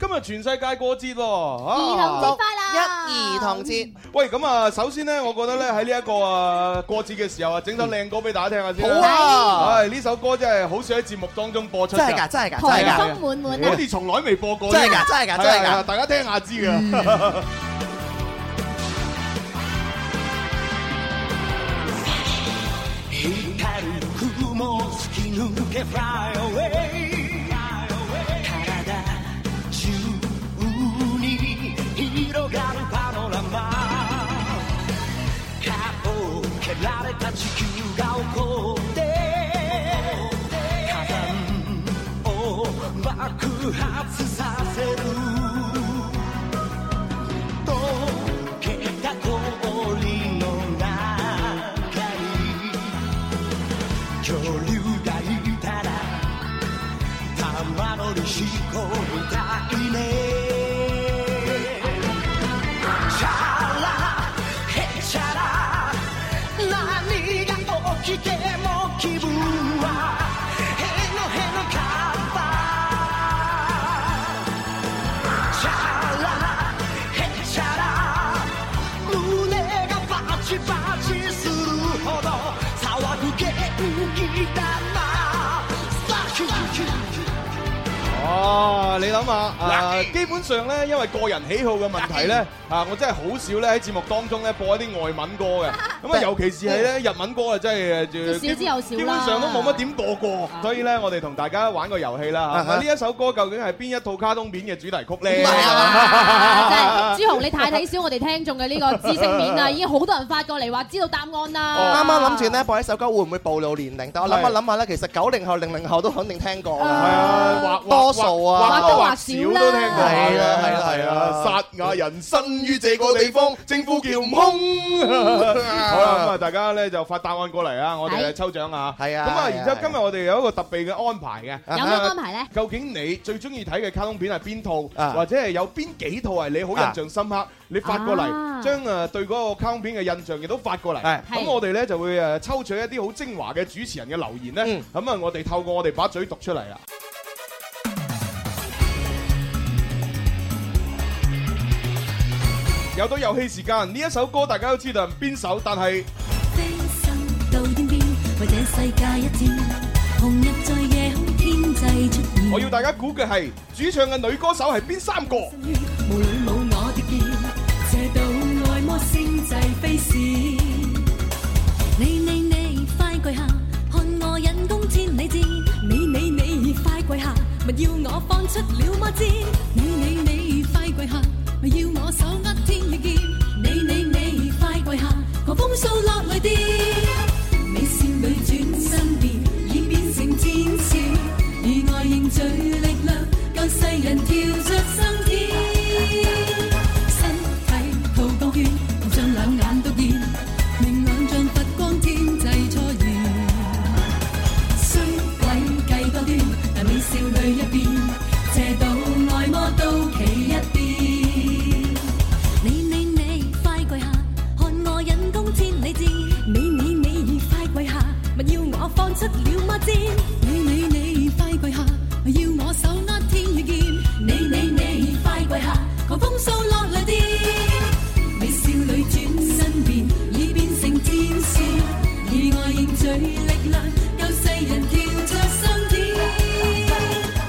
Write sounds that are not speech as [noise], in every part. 今日全世界過節喎，啊兒童節快樂！一兒童節，喂，咁啊，首先咧，我覺得咧喺呢一個啊過節嘅時候啊，整首靚歌俾大家聽下先啦。好啊唉，呢首歌真係好少喺節目當中播出真係㗎，㗎，真係㗎，真係童㗎，心滿滿好啊！似從來未播過。真係㗎，真係㗎，真係係啊㗎。嗯大家聽下知㗎。光る雲吹き抜け Fly away 体中に広がるパノラマかっぽけられた地球が怒って火山を爆発させる溶けた氷の中に恐竜がいたら玉乗り飛行みたいねチャラへチャラ何が起きても気分はへのへのカバーチャラへチャラ胸がバチバチするほど騒ぐ元気だなスター哦，你諗下，啊，基本上咧，因為個人喜好嘅問題 [laughs] 咧，啊，我真係好少咧喺節目當中咧播一啲外文歌 [laughs] 嘅。咁啊，尤其是係咧日文歌啊，真係誒少之又少啦啊基本上都冇乜點播過。所以咧，我哋同大家玩個遊戲啦啊嚇。哈呢一首歌究竟係邊一套卡通片嘅主題曲咧？係哇啊真係朱紅，你太睇小我哋聽眾嘅呢個知識面啊啦，已經好多人發過嚟話知道答案啦。哦啱啱諗住咧播一首歌會唔會暴露年齡，但我諗係一諗下咧，其實九零後、零零後都肯定聽過係啦。啊，或多數啊或多或少都聽過。係啦係啦係啊啦，撒亞人生於這個地方，政府叫唔空。 [laughs] 好啦，咁啊，大家咧就發答案過嚟啊，我哋係嚟抽獎啊。係啊咁啊，係啊然之後今日我哋有一個特別嘅安排嘅。有咩啊安排啊咧？究竟你最中意睇嘅卡通片係邊套，啊或者係有邊幾套係你好印象深刻？你發過嚟，啊將誒對嗰個卡通片嘅印象亦都發過嚟。係咁係我哋咧就會誒抽取一啲好精華嘅主持人嘅留言咧嗯，咁啊我哋透過我哋把嘴讀出嚟啦。有到遊戲時間，呢一首歌大家都知道係邊首，但係飛身到天邊，為這世界一戰。紅日在夜空天際出現。我要大家估嘅係主唱嘅女歌手係邊三個？無論冇我的劍，這道愛魔星際飛閃。你你你快跪下，看我引弓千里箭。你你你快跪下，咪要我放出了魔箭。你你你快跪下，咪要我手握天與劍。你你你快跪下，狂風掃落雷電。美少女轉身變，已變成戰士，以外形最力量，教世人跳出生天。身體吐光圈，碰上兩眼獨現，明亮像佛光天際初現。衰鬼計多端，但美少女一變，邪道愛魔都企一邊。你你你快跪下，看我引弓千里箭。你你你快跪下，勿要我放出了魔箭。你你你快跪下，勿要我手握天與劍。你你你快跪下，狂風掃落雷電。美少女轉身變，已變成天使，以外形最力量，教世人跳出心天。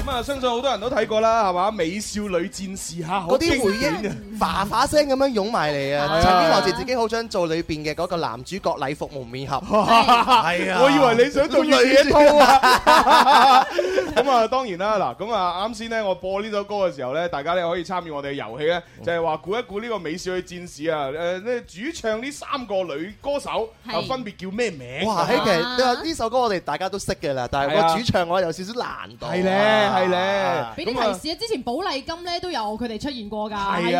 咁啊，相信好多人都睇過啦，係嘛？美少女戰士嚇，好嗰經啲回典嘅。憶化化聲咁樣湧埋嚟係啊啊！曾經話住自己好想做裏邊嘅嗰個男主角禮服蒙面 [laughs] 俠，係啊啊我以為你想做越野套啊！咁啊，當然啦，嗱，咁啊，啱先咧，我播呢首歌嘅時候咧，大家咧可以參與我哋嘅遊戲咧，就係話估一估呢個美少女戰士啊，誒，呢主唱呢三個女歌手係啊，分別叫咩名？啊哇！嘿喺其實你話呢首歌我哋大家都識嘅啦，但係係啊個主唱我有少少難度啊。係咧，係咧。俾啲提示啊！之前寶麗金咧都有佢哋出現過㗎，係啊係啊係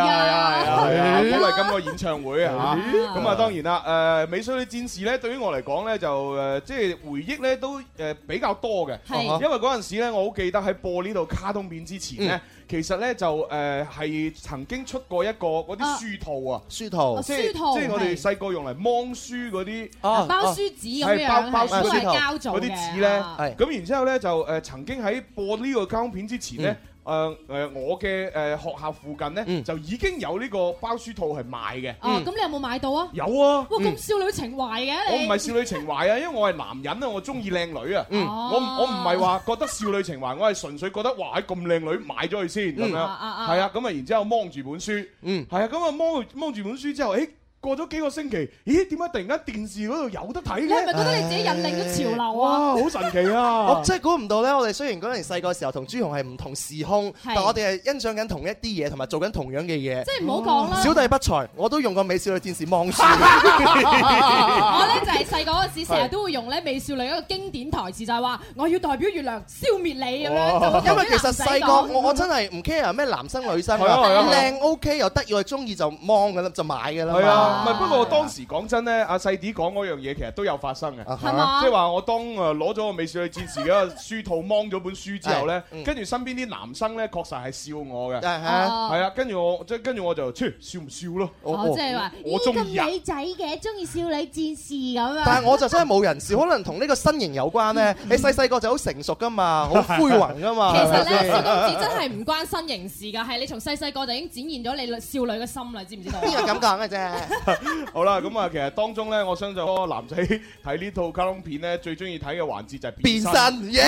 啊係啊！因為今個演唱會嗯啊嚇，咁啊當然啦，誒美少女戰士咧對於我嚟講咧就誒即係回憶咧都誒比較多嘅，係 Uh-huh 因為嗰陣時咧我好記得喺播呢套卡通片之前咧，嗯其實咧就誒係曾經出過一個嗰啲書套啊，書圖哦即係書套即係我哋係細個用嚟掹書嗰啲。啊包書啊紙咁樣，都係膠做嗰嘅啲啊紙咧，係咁然之後咧就誒曾經喺播呢個卡通片之前咧，誒、誒誒我嘅誒學校附近咧嗯就已經有呢個包書套係賣嘅，哦，咁你有冇買到啊？有啊。哇，咁少女情懷嘅我唔你。係少女情懷啊，因為我係男人啊，我中意靚女啊。嗯哦我唔我唔係話覺得少女情懷，我係純粹覺得哇，咁靚女買咗佢先咁樣，嗯係啊啊啊啊，咁啊，然之後掹住本書，嗯係啊，咁啊掹住掹住本書之後，誒過咗幾個星期，咦點解突然間電視嗰度有得睇你係咪嘅？覺得你自己引領咗潮流哇，啊？好神奇 [laughs] 啊！我真係估唔到咧，我哋雖然嗰陣細個時候同朱紅係唔同時空，但我哋係欣賞緊同一啲嘢，同埋做緊同樣嘅嘢。即係唔好講啦。小弟不才，我都用過美少女戰士望住。 [laughs] 我咧就係細個嗰時，成日都會用咧美少女一個經典台詞，就係話我要代表月亮消滅你咁樣。因為其實細個我我真真係唔 care 咩男生女生係啊係啊啊，係啊靚 OK 又得意又中意就芒噶啦，就買噶啦嘛。係啊，唔嘛係不過我當時講真咧，阿細啲講嗰樣嘢其實都有發生嘅。啊係哈嘛即係？話我當誒攞咗個美少女戰士嘅書套掹咗本書之後咧係，嗯跟住身邊啲男生咧確實係笑我嘅， [laughs] 啊哈哦係啊，跟住我即係跟住我就，切笑唔笑咯？我哦，我即係話我咦中意啊咁女仔嘅，中意少女戰士咁但啊。係我就真係冇人笑，可能同呢個身形有關咧。你細細個就好成熟噶嘛，好 [laughs] 灰宏噶嘛。其實係咪咧，先小公子真係唔關身形事㗎，係你從細細個就已經展現咗你少女嘅心啦，知唔知道啊？邊個咁講嘅啫？好啦，咁啊，其實當中咧，我相信嗰個男仔睇呢套卡通片咧，最中意睇嘅環節就係變變身。身，耶！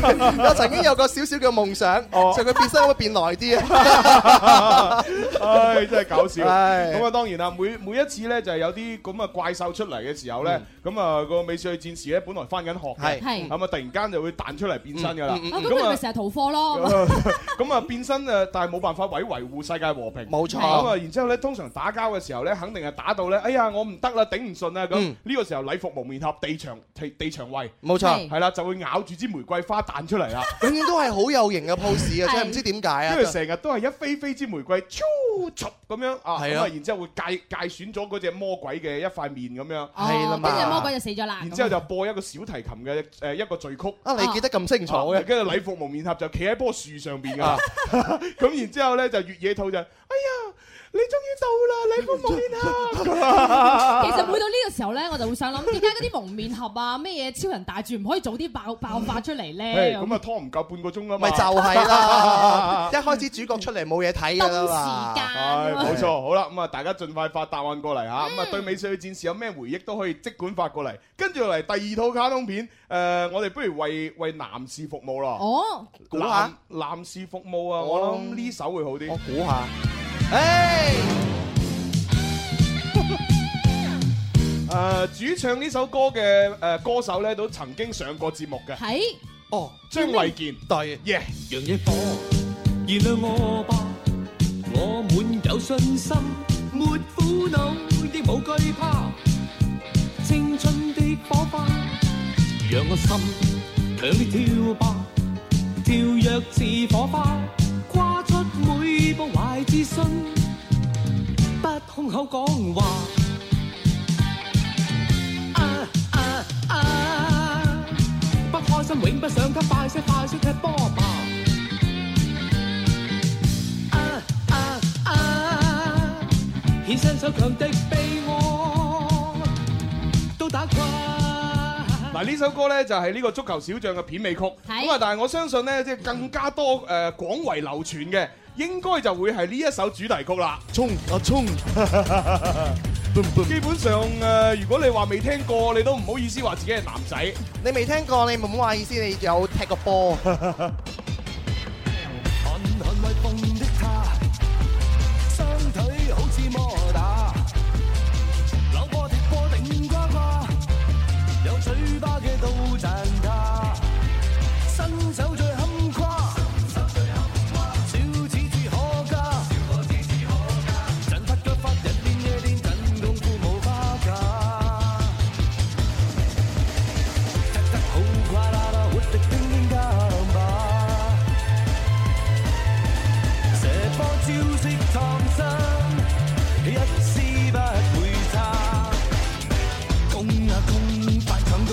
[laughs] 我曾經有個少少嘅夢想，哦就佢變身會變耐啲啊。唉，真係搞笑。 [laughs] 唉咁啊，當然啦，每每一次咧就係有啲咁嘅怪獸出嚟嘅時候咧，咁啊個美少女戰士咧本來翻緊學嘅，嗯係嗯係咁啊突然間就會彈出嚟變身噶啦。啊，咁你咪成日逃課咯。 [laughs] 咁啊變身誒，但係冇辦法維維護世界和平。冇咁錯，啊，然之後咧，通常打交嘅時候咧，肯定係打到咧，哎呀，我唔得啦，頂唔順啊啦，咁嗯呢個時候禮服蒙面俠地長地地長位，冇係錯，係啦，就會咬住支玫瑰花彈出嚟啦，永遠都係好有型嘅 pose 啊！真係係唔知點解啊因為！成日都係一飛飛支玫瑰，啾啾咁樣啊，係咁啊啊，然之後會界界選咗嗰只魔鬼嘅一塊面咁樣，係啦嘛哦跟住魔鬼就死咗啦。然之後就播一個小提琴嘅誒一個序曲。啊，你記得咁清楚啊嘅，跟住禮服蒙面俠就企喺棵樹上邊啊噶， [laughs] 咁然之後咧就越野兔就，哎呀，你終於到啦，禮服蒙面俠。 [laughs] [laughs] 啊其實每到呢個時候咧，我就會想諗，點解嗰啲蒙面俠啊、 [laughs] 咩嘢超人大住唔可以早啲爆爆發出嚟 [laughs] 誒咧？咁啊，拖唔夠半個鐘啊嘛咪就。係 [laughs] 啦！一開始主角出嚟冇嘢睇㗎啦嘛時。間係啊嘛冇錯，好啦，咁啊，大家盡快發答案過嚟嚇，咁啊對美少女戰士有咩回憶都可以即管發過嚟。跟住落嚟第二套卡通片，誒、我哋不如為為男士服務咯，哦，估下男男士服務啊，哦我諗呢首會好啲我。估下，誒，誒、主唱呢首歌嘅誒、歌手咧，都曾經上過節目嘅，喺哦，張衛健，對，耶、讓一火燃亮我吧，我滿有信心，沒苦惱亦無懼怕，青春的火花，讓我心強烈跳吧，跳躍似火花，跨出每步懷自信，不空口講話。啊啊啊！不開心永不想給，快些快些踢波吧！啊啊啊！顯身手強敵被我都打垮。嗱呢首歌呢，就係呢個足球小將嘅片尾曲，咁啊但係我相信呢，即係更加多誒、廣為流傳嘅，應該就會係呢一首主題曲啦。衝啊衝，基本上誒、呃如果你話未聽過，你都唔好意思話自己係男仔。你未聽過，你唔好話意思，你有踢過 [laughs] 波。寒寒威風的他，雙腿好似摩打，扭波踢波頂呱呱，有嘴巴嘅都讚他，身手最堪誇，小子至可嘉，陣發腳法日練夜練，陣功夫冇花架。踢得好掛啦啦，活力叮叮加吧。射波招式創新，一絲不會差。攻啊攻，快搶攻，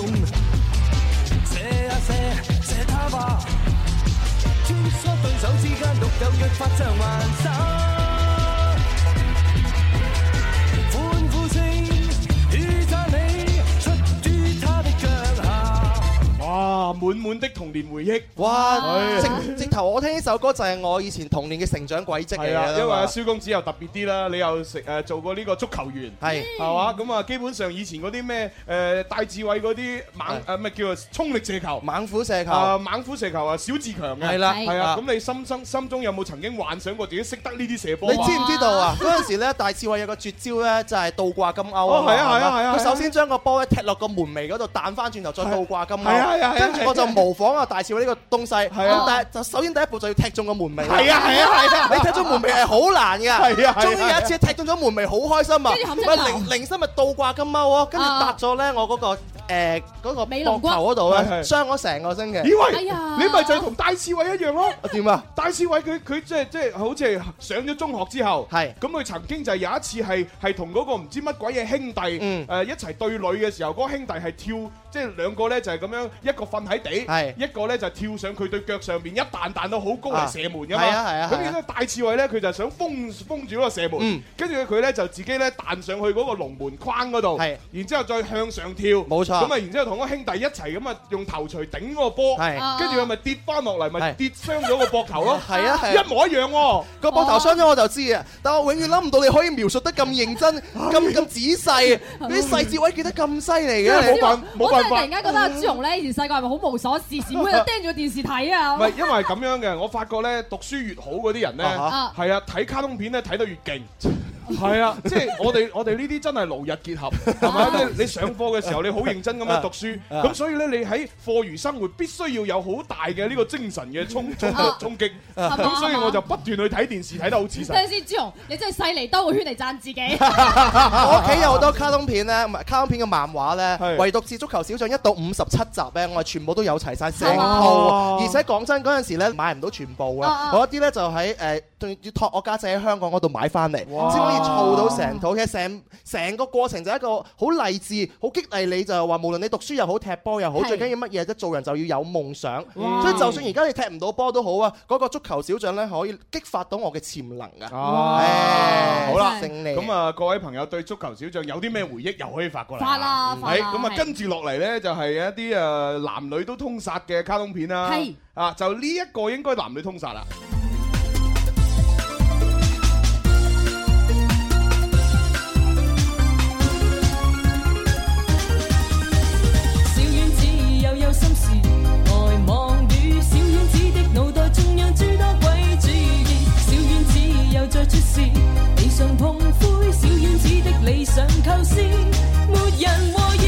射啊射，射他吧。穿梭對手之間，獨有約法像還手。歡呼聲與讚你，出於他的腳下。哇！滿滿的童年回憶。哇！係直直頭我聽呢首歌就係我以前童年嘅成長軌跡嚟係啊，嘅，因為阿蕭公子又特別啲啦，你又食誒做過呢個足球員。係係嘛？咁啊，基本上以前嗰啲咩誒戴志偉嗰啲猛係誒，咪叫做衝力射球啊猛虎射球，啊，猛虎射球啊，小志強係嘅。啦，係係啊，咁你心生心中有冇曾經幻想過自己識得呢啲射波你啊？知唔知道啊？嗰陣時咧，大智慧有個絕招咧，就係倒掛金鈎哦係啊嘛係啊係啊佢首先將個波咧踢落個門楣嗰度，彈翻轉頭再倒掛金鈎。係啊係啊係啊跟住我就模仿啊大智慧呢個東西。係啊咁但係就首先第一步就要踢中個門楣。係啊係啊係啊！你踢中門楣係好難㗎。係啊係啊終於有一次踢中咗門楣，好開心啊！跟住冚親咪頭零零心咪倒掛金鈎喎，跟住啊搭咗咧我嗰個誒嗰個尾膊龍骨頭嗰度係咧，係傷咗成個星期。以哎為呀你咪就係同戴志偉一樣咯。點啊？戴志偉佢佢即係即係好似係上咗中學之後，係咁佢曾經就係有一次係係同嗰個唔知乜鬼嘢兄弟嗯誒一齊對壘嘅時候，嗰個兄弟係跳即係兩個咧就係咁樣一個瞓喺係地，一個咧就跳上佢對腳上面一彈彈到好高啊嚟射門㗎嘛。係啊係啊係啊咁然之後戴志偉咧佢就想封封住嗰個射門嗯，跟住佢咧就自己咧彈上去嗰個龍門框嗰度係，然之後再向上跳，冇錯咁啊然之後同嗰個兄弟一齊咁啊用頭槌頂嗰個波。係啊跟住佢咪跌翻落嚟，咪係跌傷咗個膊頭咯， [laughs] 係啊係啊一模一樣喎。個膊頭傷咗我就知啊，但我永遠諗唔到你可以描述得咁認真、咁咁仔 [laughs] 細，你啲細節位記得咁犀利因為嘅冇你。辦我冇辦真法係突然間覺得阿朱紅咧，以前細個係咪好無所事事，每日都盯住個電視睇唔啊？係因為係咁樣嘅，我發覺咧讀書越好嗰啲人咧，啊係啊睇卡通片咧睇得越勁，係啊， [laughs] 即係我哋我哋呢啲真係勞逸結 [laughs] 合，係咪？即係你上課嘅時候你好認真咁樣讀書，啊咁所以咧你喺課餘生活必須要有好大嘅呢個精神嘅衝衝啊衝擊，係嘛咁所以我就不斷去睇電視睇得好仔 [laughs] 等陣細。先，朱紅，你真係細嚟兜個圈嚟讚自己， [laughs] 我屋企有好多卡通片咧，唔係卡通片嘅漫畫咧係，唯獨是足球小將一到五十七集咧，我係全部都有齊晒成哇套，哦而且講真嗰陣時咧買唔到全部啊啊，我一啲咧就喺誒仲要托我家姐喺香港嗰度買翻嚟，先哇可以湊到成套。其實成成個過程就係一個好勵志、好激勵你，就係話無論你讀書又好、踢波又好，係最緊要乜嘢啫？做人就要有夢想。哇所以就算而家你踢唔到波都好啊，嗰個足球小將咧可以激發到我嘅潛能㗎。啊，好啦誒，勝利咁啊各位朋友對足球小將有啲咩回憶又可以發過嚟啊？發啦發係啦！咁啊，跟住落嚟呢，就係一啲誒男女都通殺嘅卡通片啦。係啊，就呢一個應該男女通殺啦。小丸子又有心事，呆望於小丸子的腦袋中有諸多鬼主意。小丸子又再出事，地上碰灰，小丸子的理想構思，沒人和議。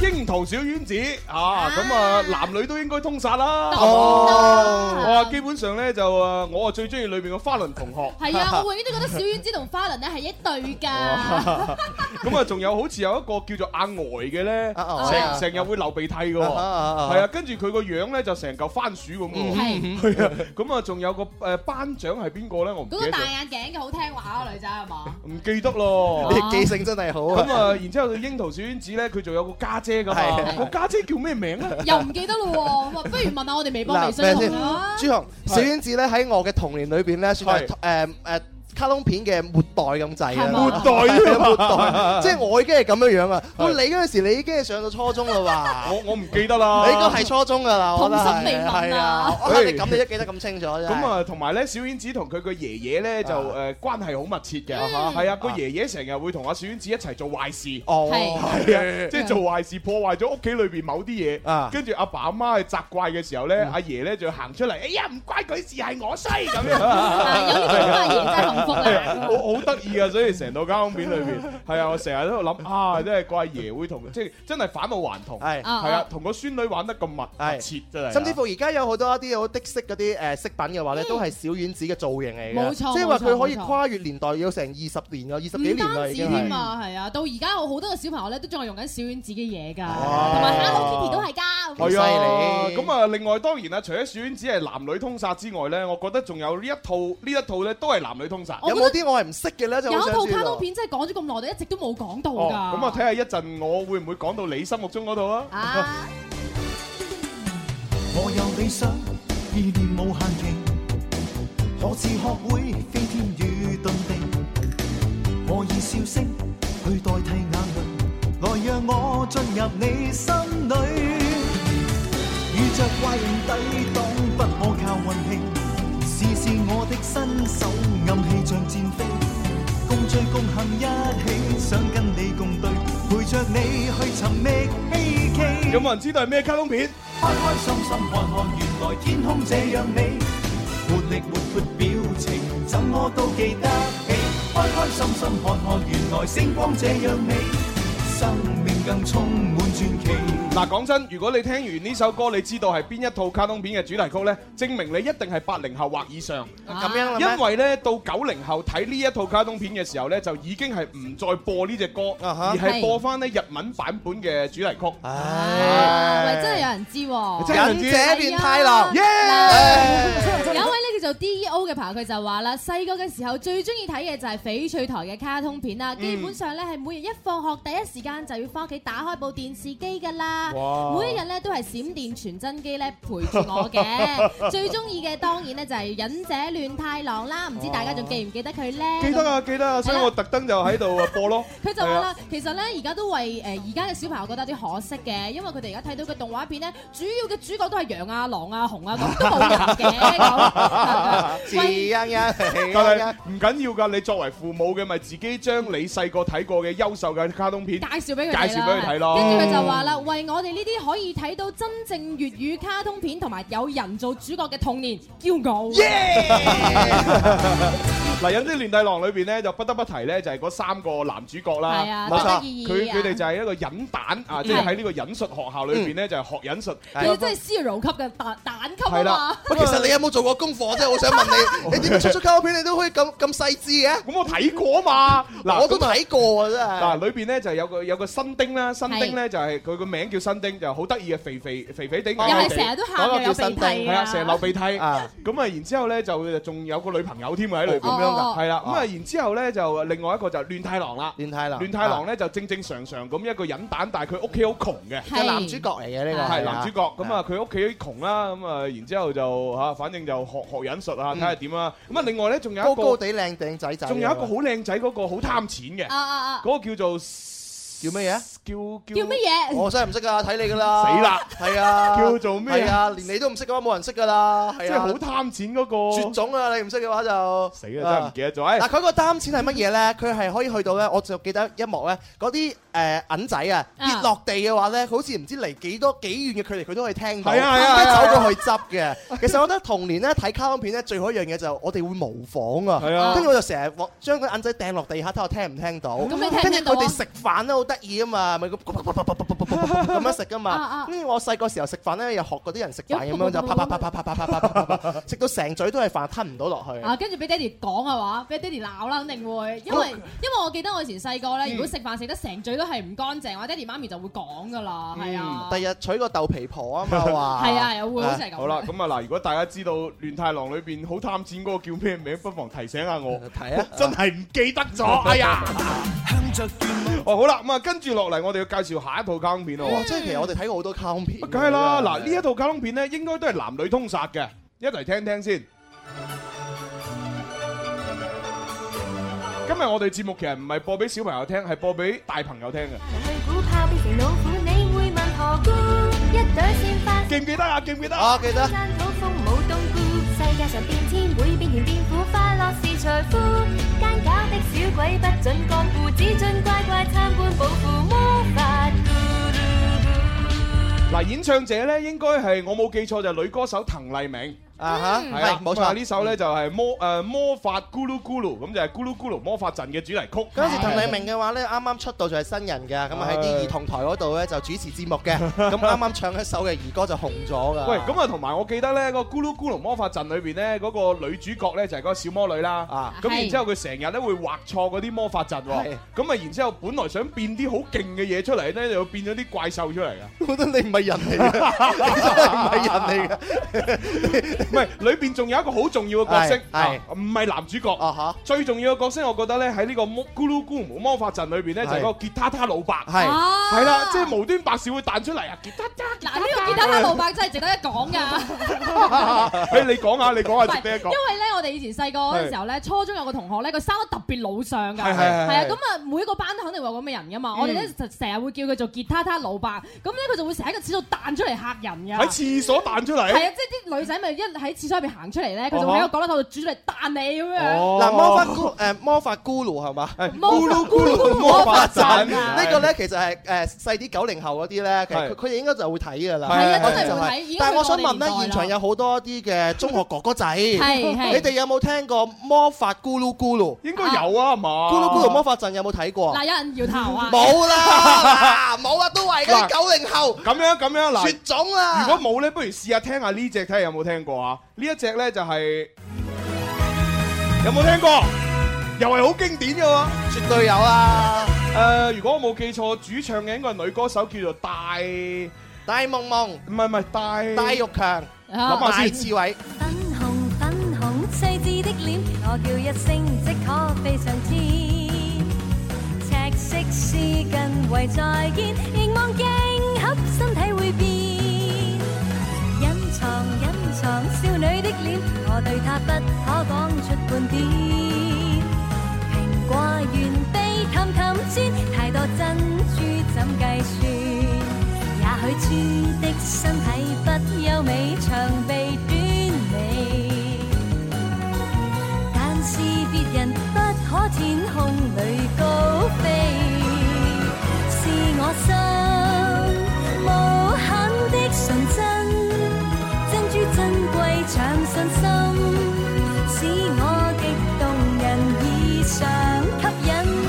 櫻桃小丸子啊，咁啊，男女都應該通殺啦。哦哇，基本上呢，就誒，我啊最中意裏邊嘅花輪同 [laughs] 學。係啊，我永遠都覺得小丸子同花輪咧係一對 [laughs] 㗎。咁啊，仲有好似有一個叫做阿呆嘅呢，啊啊成成日會流鼻涕嘅啊啊喎。啊啊係啊，跟住佢個樣呢，就成嚿番薯咁嘅喎。[laughs] 係係啊，咁啊，仲有個誒班長係邊個呢？我唔嗰記個得大咗，眼鏡嘅好聽話嗰女仔係嘛？唔記得咯。你哦記性真係好啊咁！啊，然之後櫻桃小丸子咧，佢仲有個家姐噶嘛？係個家姐叫咩名啊 [laughs] 咧？又唔記得咯喎，咁啊不如問下我哋微博、微信啊咩同學啦。朱紅小丸子咧喺我嘅童年裏邊咧，算係係誒誒卡通片嘅末代咁滯係啊！嘛末代係啊啊末 [laughs] 代，即係我已經係咁樣樣啊！係到你嗰陣時，你已經係上到初中 [laughs] 啦喎！我我唔記得啦。你應該係初中噶啦，我覺得童心未泯啊係啊！ [laughs] 我唉你咁你都記得咁清楚啫。咁啊，同埋咧，小丸子同佢個爺爺咧就啊誒關係好密切嘅，嗯係啊，個啊爺爺成日會同阿小丸子一齊做壞事。哦，係係啊，即係做壞事破壞咗屋企裏邊某啲啊嗯嘢，跟住阿爸阿媽去責怪嘅時候咧，阿爺咧就要行出嚟，哎呀唔關佢事，係我衰咁 [laughs] 樣。啊有呢個咁嘅阿爺真係幸福係啊，啦。好好得意啊！所以成套卡通片裏 [laughs] 邊，係啊，我成日喺度諗啊，真係個阿爺會同即係真係反老還童。係。啊係啊，，同個孫女玩得咁密係密切真係，甚至乎而家有好多一啲好的式嗰啲誒飾品嘅話咧，都係小丸子嘅造型嚟嘅，嗯冇錯即係話冇錯佢可以冇錯跨越年代，有成二十年啊，二十幾唔年單啦止已經係添。啊，係啊，到而家我好多個小朋友咧都仲係用緊小丸子嘅嘢㗎，哇同埋 Hello Kitty 都係㗎。好係啊，犀利咁啊，另外當然啦，除咗小丸子係男女通殺之外咧，我覺得仲有呢一套呢一套咧都係男女通殺。我有冇啲我係唔識嘅咧？就有好啊一想套知卡道通片真係講咗咁耐，我哋一直都冇講到㗎。哦，咁啊睇下一陣我會唔會講到你心目中嗰套啊？啊，我有理想，意念無限期，何時學會飛天與遁地？我以笑聲去代替眼淚，来让我进入你心里。遇着怪人抵挡，不可靠运气，试试我的身手，暗器像箭飞，共聚共行一起，想跟你共對，陪着你去尋覓希冀。有冇人知道係咩卡通片？開開心心看看，原來天空這樣美，活力活潑表情，怎麼都記得起。開開心心看看，原來星光這樣美，生命更充滿傳奇。嗱，講真，如果你聽完呢首歌，你知道係邊一套卡通片嘅主題曲呢？證明你一定係八零後或以上。咁樣啦咩因為咧到九零後睇呢一套卡通片嘅時候咧，就已經係唔再播呢只歌，啊哈而係播翻咧日文版本嘅主題曲。啊喂，真係唉，有人知喎。哎真係有人知忍者變太郎，耶！有一位咧叫做 D.E.O 嘅朋友，佢就話啦，細個嘅時候最中意睇嘅就係翡翠台嘅卡通片嗯啦，基本上咧係每日一放學第一時間就要翻屋企打開部電視機噶啦，哇每一日咧都係閃電傳真機咧陪住 [laughs] 我嘅，最中意嘅當然咧就係忍者亂太郎啦，唔知大家仲記唔記得佢咧？記得啊，記得啊，所以我特登就喺度啊播咯。佢就話係啦啊，其實咧而家都為誒而家嘅小朋友覺得有啲可惜嘅，因為佢哋而家睇到嘅動畫片咧，主要嘅主角都係羊啊、狼啊、熊啊咁，都冇人 [laughs] 但係唔嘅咁喂。自欣欣，緊要㗎，你作為父母嘅，咪自己將你細個睇過嘅優秀嘅卡通片介紹俾佢哋啦介紹俾佢睇咯。跟住佢就話啦，為我哋呢啲可以睇到真正粵語卡通片同埋有人做主角嘅童年驕傲。嗱，《忍者亂太郎》裏邊咧，就不得不提咧，就係嗰三個男主角啦。係啊嗱多得意義佢啊佢哋就係一個忍蛋啊，即係喺呢個忍術學校裏邊咧，就係學忍術。佢哋真係 zero 級嘅蛋蛋級啊係嘛啦。喂，其實你有冇做過功課？我真係好想 [laughs] 問你，你點解出咗膠片你都可以咁咁細緻嘅？咁我睇過嘛，嗱我都。睇過啊，嗱，裏邊咧就有個有個新丁啦，新丁咧就係佢個名叫新丁，就好得意嘅，肥肥肥肥地，又又係成日都喊嗰個又有鼻叫新涕係啊，成日流鼻涕真係啊！咁啊，然之後咧就仲有個女朋友添喎喺裏邊，咁樣㗎哦係啦。咁啊，啊然之後咧就另外一個就係亂太郎啦，亂太郎，亂太郎咧就正正常常咁一個忍蛋，但係佢屋企好窮嘅。係男主角嚟嘅呢個，係男主角咁啊，佢屋企窮啦，咁啊，然之後就嚇，反正就學學忍術啊，睇下點啊。咁啊，另外咧仲有高一高個，地靚頂仔仔，仲有一個好靚仔嗰個好貪錢嘅，啊啊啊！嗰個叫做叫咩嘢？叫叫乜？嘢？我真係唔識㗎，睇你㗎啦，死啦，係啊，叫做咩係啊，連你都唔識嘅話，冇人識㗎啦，即係係啊好，貪錢嗰絕個。種啊！你唔識嘅話就死啦，真係唔記得咗。哎嗱，佢個擔錢係乜嘢咧？佢係可以去到咧，我就記得一幕咧，嗰啲誒銀仔啊，啊跌落地嘅話咧，佢好似唔知離幾多幾遠嘅距離，佢都可以聽到，係啊係啊跟住係啊走過去執嘅。其實我覺得童年咧睇卡通片咧，最好一樣嘢就係我哋會模仿係啊啊，跟住我就成日往將個銀仔掟落地下，睇我聽唔聽到。咁你聽唔跟住聽到啊佢哋食飯咧好得意啊嘛，咪咁咁樣食噶啊嘛啊。跟住我細個時候食飯咧，又學嗰啲人食飯咁有樣就啪啪啪啪啪啪啪啪啪啪啪，食到成嘴都係飯，吞唔到落去。啊，跟住俾爹哋講嘅話，俾爹哋鬧啦，肯定會，因為因為我記得我以前細個嗯咧，如果食飯食得成嘴都係唔乾淨，我爹哋媽咪就會講噶啦，嗯係啊，第日娶個豆皮婆啊 [laughs] 嘛，話係啊，又會好似係咁。好啦，，咁啊嗱，如果大家知道《亂太郎》裏邊好貪錢嗰個叫咩名，不妨提醒下我。 [laughs] 睇啊真係唔記得 [laughs] 咗，哎呀！向着願哦，望。好啦，咁啊，跟住落嚟，我哋要介紹下一套卡通片咯喎。哇！即係其實我哋睇過好多卡通片，梗係啦，嗱呢一套卡通片咧，應該都係男女通殺嘅，一齊聽聽先。今日我哋節目其實唔係播俾小朋友聽，係播俾大朋友聽嘅。去鼓炮變成老虎，你會問何故？一朵鮮花，記唔記得啊？記唔記得啊？啊記得山土風舞冬菇。世界上變天會變甜變苦，快樂是財富。奸狡的小鬼不准幹護，只准乖乖參觀保護魔法。嗱，演唱者咧應該係我冇記錯就係女歌手滕麗明，啊嚇，係啦係，冇咁啊錯。呢首咧就係魔誒魔法咕嚕咕嚕，咁就係咕嚕咕嚕魔法陣嘅主題曲。嗰陣時滕麗明嘅話咧，啱啱出道就係新人嘅，咁啊喺啲兒童台嗰度咧就主持節目嘅， [laughs] 咁啱啱唱一首嘅兒歌就紅咗㗎。喂，咁啊，同埋我記得咧，個《咕嚕咕嚕魔法陣》裏邊咧，嗰個女主角咧就係嗰個小魔女啦。啊咁係然之後佢成日咧會畫錯嗰啲魔法陣喎係。咁啊，然之後本來想變啲好勁嘅嘢出嚟咧，就變咗啲怪獸出嚟㗎。我覺得你唔係人 [laughs] 嚟嘅，你真係唔係人嚟嘅。唔係，裏邊仲有一個好重要嘅角色係，係啊唔係男主角。啊最重要嘅角色，我覺得咧喺呢個魔《咕嚕咕嚕魔法陣》裏邊咧，就係係嗰個吉他他老伯。嚇，係。啊係啦，即係無端白事會彈出嚟啊！吉 [laughs] 他他，嗱，呢個吉他他老伯真係值得一講 [laughs] 㗎，誒你講下，你講唔下，係值得一講。因為咧，我我哋以前細個嗰陣時候咧，初中有個同學咧，佢生得特別老相㗎，係係係嗯係啊，係咁啊每個班都肯定會有咁嘅人㗎嘛。我哋咧就成日會叫佢做吉他他老伯，咁咧佢就會成日喺個廁所彈出嚟嚇人㗎。喺廁所彈出係嚟。啊，即係啲女仔咪一喺廁所入邊行出嚟咧，佢就會喺個角落頭度煮出嚟彈你咁樣。嗱，魔法咕誒魔法咕嚕係嘛？係魔法咕嚕魔魔法陣法陣啊呢個咧其實係誒細啲九零後嗰啲咧，其實佢係佢哋應該就會睇㗎啦。係啊我哋真係會睇就係已經但係我去到想我哋問咧，年代啦現場有好多啲嘅中學哥哥仔，係係你哋有冇聽過魔法咕嚕咕嚕？應該有啊，係嘛？咕嚕咕嚕魔法陣有冇睇過啊？嗱，有人搖頭啊！冇啦，嗱冇啊，都係嗰嗱啲九零後咁樣咁樣嗱絕。種啦。如果冇咧，不如試下聽下呢只，睇下有冇聽過啊？呢一隻咧就係有冇聽過？又係好經典嘅喎。絕對有啊，誒，呃如果我冇記錯，主唱嘅應該係女歌手叫做戴，唔戴夢夢、係唔係戴戴玉強、啊諗下戴先志偉。粉紅粉紅細緻的臉，我叫一聲即可飛上天。赤色絲巾圍在肩，凝望鏡盒身體會變。隱藏隱藏少女的臉，我對她不可講出半點。蘋果原被氹氹轉，太多珍珠怎計算？也許豬的身體不優美，長臂短尾，但是別人不可天空裏高飛，是我心無限的純真，珍珠珍貴長信心，使我極動人異常吸引。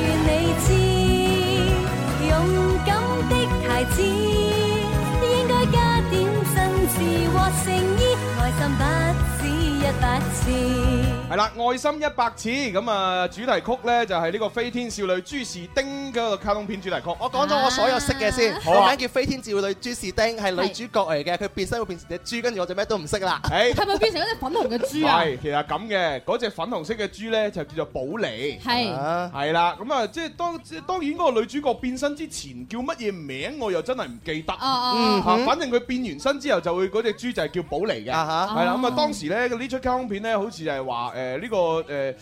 願你知，勇敢的孩子應該加點真摯和誠意，愛心不止一百次。係啦，愛心一百次咁啊，主題曲咧就係呢個《飛天少女朱士丁》嗰個卡通片主題曲。[laughs] 我講咗我所有識嘅先，好啊個名叫《飛天少女朱士丁》，係女主角嚟嘅，佢變身會變成隻豬，跟住我就咩都唔識啦。誒，係咪變成嗰隻粉紅嘅豬啊？哎係，其實咁嘅，嗰只粉紅色嘅豬咧就叫做寶莉。係啊係啦，咁啊，即係當即係當然嗰個女主角變身之前叫乜嘢名，我又真係唔記得。哦哦嗯啊，反正佢變完身之後就會嗰只豬就係叫寶莉嘅。啊哦嚇！係啦，咁啊當時咧呢出卡通片咧，好似就係話誒呢個誒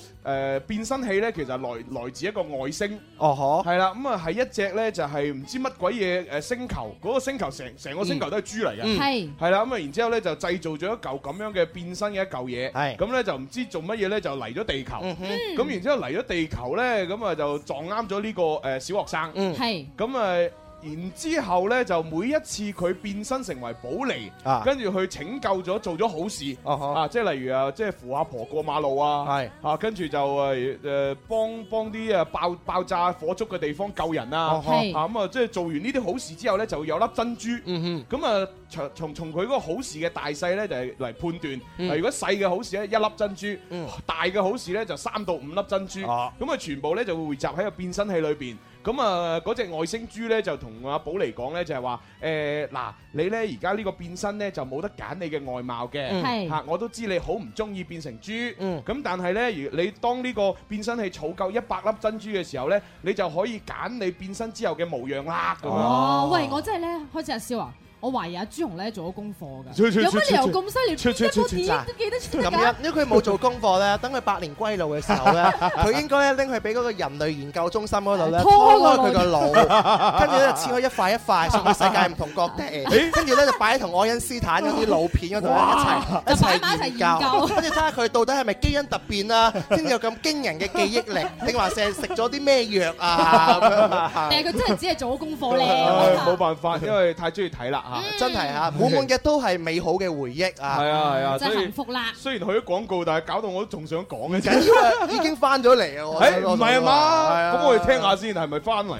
誒變身器咧，其實來來自一個外星，哦呵，係啦，咁啊係一隻咧就係唔知乜鬼嘢誒星球，嗰個星球成成個星球都係豬嚟嘅。嗯係係啦，咁啊，然之後咧就製造咗一嚿咁樣嘅變身嘅一嚿嘢，係咁咧就唔知做乜嘢咧就嚟咗地球，嗯哼，咁然之後嚟咗地球咧，咁啊就撞啱咗呢個誒小學生，嗯係咁啊，然之後咧就每一次佢變身成為寶莉，啊跟住去拯救咗做咗好事，哦呵，啊，即係例如啊，即係扶阿婆過馬路啊，係啊，跟住就誒誒幫幫啲誒爆爆炸火燭嘅地方救人啊哦，係啊咁啊，即係做完呢啲好事之後咧，就會有粒珍珠。嗯咁啊，從從從佢嗰個好事嘅大細咧，就係嚟判斷。嗯嗱，如果細嘅好事咧，一粒珍珠；嗯大嘅好事咧，就三到五粒珍珠。哼，哦，咁啊，全部咧就會匯集喺個變身器裏邊。咁啊，嗰只外星豬咧就同阿寶嚟講咧，就係話誒嗱，你咧而家呢個變身咧就冇得揀你嘅外貌嘅。嗯係嚇，我都知你好唔中意變成豬，咁、嗯但係呢，如你當呢個變身器儲夠一百粒珍珠嘅時候呢，你就可以揀你變身之後嘅模樣啦，咁樣。哦，喂，我真係咧開始阿蕭啊，我懷疑阿朱紅咧做咗功課切切㗎，切有乜理由咁犀利？切邊切一切個切點都記得出咁得樣㗎？，因為佢冇做功課咧，等佢百年歸老嘅時候咧，佢應該咧拎去俾嗰個人類研究中心嗰度咧， [laughs] 拖拖開個開佢個腦，跟住咧切開一塊一塊送到世界唔同各 [laughs] 地，跟住咧就擺喺同愛因斯坦嗰啲老片嗰度咧一齊就擺埋一齊齊研研究究，跟住睇下佢到底係咪基因突變啊，先至有咁驚人嘅記憶力，定話成日食咗啲咩藥啊咁樣 [laughs] 啊定係佢真係只係做咗功課咧？唉我冇辦法，因為太中意睇啦嚇。嗯真係嚇，滿滿嘅都係美好嘅回憶啊！係啊係啊，怕嗯真所係以幸福啦！雖然去咗廣告，但係搞到我都仲想講嘅緊啫。要啊，已經翻咗嚟啊！我誒唔係啊嘛，係啊咁我哋聽下先，係咪翻嚟？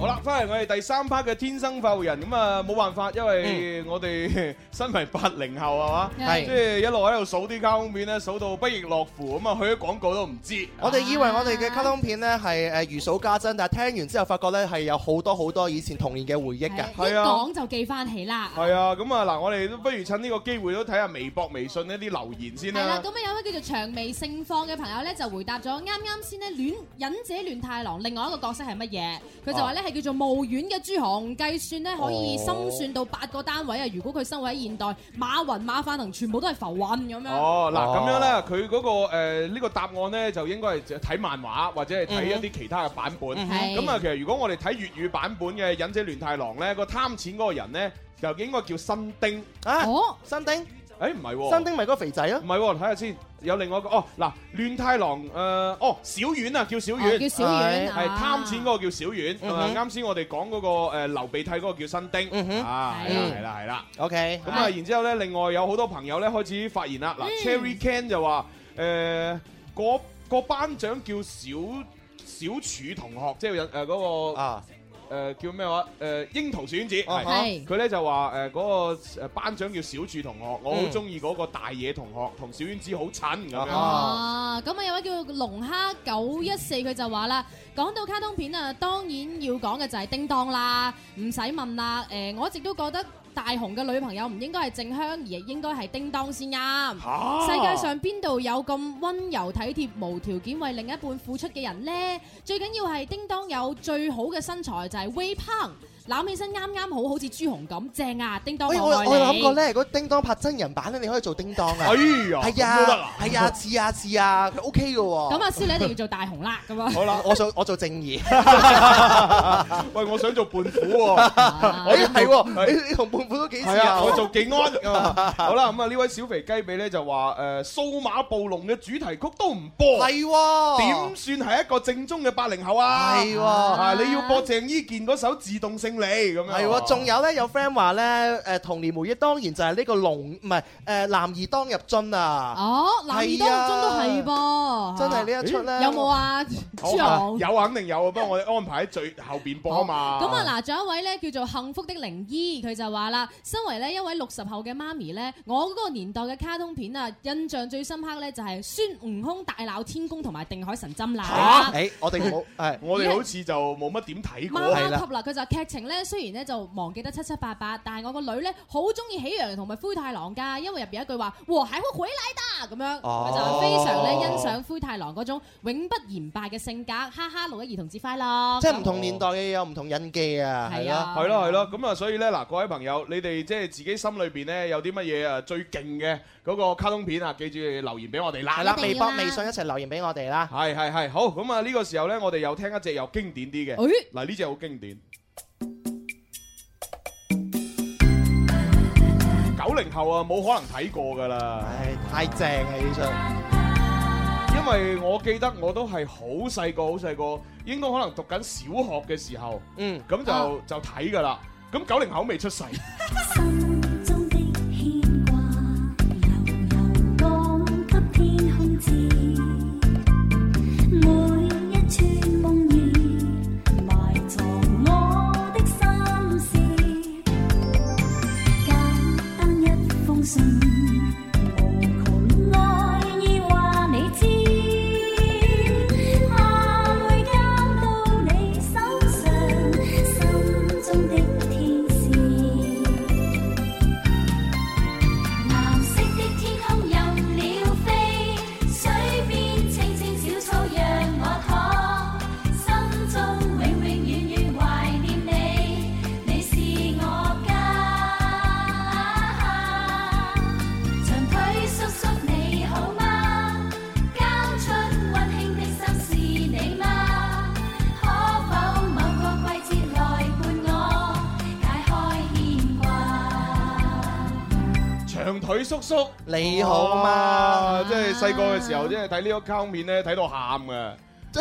好啦，翻嚟我哋第三 part 嘅天生發育人，咁啊冇辦法，因嗯為我哋 [laughs] 身為八零後係嘛，係即係一路喺度數啲卡通片咧，數到不亦樂乎，咁啊去咗廣告都唔知。我哋以為我哋嘅卡通片咧係誒如數家珍，但係聽完之後發覺咧係有好多好多以前童年嘅回憶㗎。係一係啊講就記翻起啦。係啊，咁啊嗱，我哋都不如趁呢個機會都睇下微博、微信呢啲留言先係啦啦，。咁啊有位叫做長眉盛放嘅朋友咧，就回答咗啱啱先咧，戀忍者亂太郎另外一個角色係乜嘢？佢就話咧係叫做墓苑嘅朱哦紅計算咧，可以深算到八個單位啊！如果佢生活喺現代，馬雲、馬化騰全部都係浮雲咁樣。哦，嗱哦咁樣咧，佢嗰個呃呢個答案咧，就應該係睇漫畫或者係嗯睇一啲其他嘅版本。哼係咁啊，其實如果我哋睇粵語版本嘅《忍者亂太郎》咧，個貪錢嗰個人咧，就應該叫新丁。啊，哦，新丁，誒唔係喎，新丁咪嗰個肥仔咯唔。係喎，睇下先，有另外一個哦，嗱，亂太郎誒，哦，小丸啊，叫小啊哦丸。叫小丸係啊貪錢嗰個叫小嗯丸，啊哼啱先我哋講嗰個呃誒流鼻涕嗰個叫新嗯丁，哼啊係啦係啦係啦， OK，咁啊然之後咧，另外有好多朋友咧開始發言啦，嗱嗯 Cherry Can 就話誒個個班長叫小小柱同學，即係有誒呃嗰個哦啊，誒叫咩話誒櫻桃小丸子啊係哈係佢咧就話呃誒嗰個誒班長叫小柱同學，我好嗯中意嗰個大野同學，同小丸子好襯咁樣。啊啊，咁啊有位叫龍蝦九一四，佢就話啦，講到卡通片啊，當然要講嘅就係叮當啦，唔使問啦。誒、我一直都覺得大雄嘅女朋友唔應該係靜香，而應該係叮當先啱。嚇世界上邊度有咁温柔體貼、無條件為另一半付出嘅人呢？最緊要係叮當有最好嘅身材，就係微胖，攬起身啱啱好，好似朱紅咁正啊！叮當哎喂，我愛你我諗過咧，如果叮當拍真人版咧，你可以做叮當啊。哎呀， [laughs] 係咁都得啊啊，係啊，似啊似啊，佢 OK 嘅喎。咁阿蕭你一定要做大雄啦， [laughs] 咁啊！好啦，我做我做正義。啊喂，我想做伴虎喎，哎，係喎，你你同胖虎都幾似係啊啊，我。做技 [laughs] 安啊。好啦，咁啊呢位小肥雞髀咧就話誒數碼暴龍嘅主題曲都唔播，係喎。點算係一個正宗嘅八零後啊？係喎啊你要播鄭伊健嗰首《自動勝利》咁樣。係喎，仲有咧有 friend 話咧，誒童年回憶當然就係呢個龍，唔係誒男兒當入樽啊，哦，男兒當入樽都係噃，真係呢一出咧。哦有冇？啊？朱好啊紅。有肯定有啊，不過我哋安排喺最後邊播啊嘛。咁啊嗱，仲有一位咧叫做幸福的靈醫，佢就話啦，身為呢一位六十後嘅媽咪咧，我嗰個年代嘅卡通片啊，印象最深刻咧就係孫悟空大鬧天宮同埋定海神針啦。誒，我哋 [laughs] 冇係。我哋好似就冇乜點睇過媽啊。係媽啦級啦，佢就劇情咧，雖然咧就忘記得七七八八，但係我個女咧好中意喜羊同埋灰太狼㗎，因為入邊有一句話和諧好回來的咁樣，哦佢就非常咧欣賞灰太狼嗰種永不言敗嘅性格，哈哈！六一兒童節快樂，即係唔同年代嘅有唔同印記啊，係係啦。啊，係咯係咯，咁啊，所以咧嗱，各位朋友，你哋即係自己心裏邊咧有啲乜嘢啊最勁嘅嗰個卡通片啊，記住留言俾我哋係啦。啦，一定微要啊博、啦微信一齊留言俾我哋啦。係係係，好咁啊！呢個時候咧，我哋又聽一隻又經典啲嘅，誒。嗱呢只好經典。九零後啊，冇可能睇過㗎啦，唉，太正啦呢出。因為我記得我都係好細個，好細個，應該可能讀緊小學嘅時候，嗯，咁就就睇㗎啦。咁九零後未出世，心中的牽掛，悠悠降給天空知。每一串夢兒，埋藏我的心事。簡單一封信，無窮愛意話你知。愛會交到你手上，心中的天使。藍色的天空有鳥飛，水邊青青小草讓我躺，心中永永遠遠懷念你，你是我家。長腿叔叔你好嗎？交出溫馨的心是你嗎？可否某個季節來伴我，解開牽掛？長腿叔叔。你好嘛？哇！即係細個嘅時候，即係睇呢個卡通片咧，睇到喊嘅。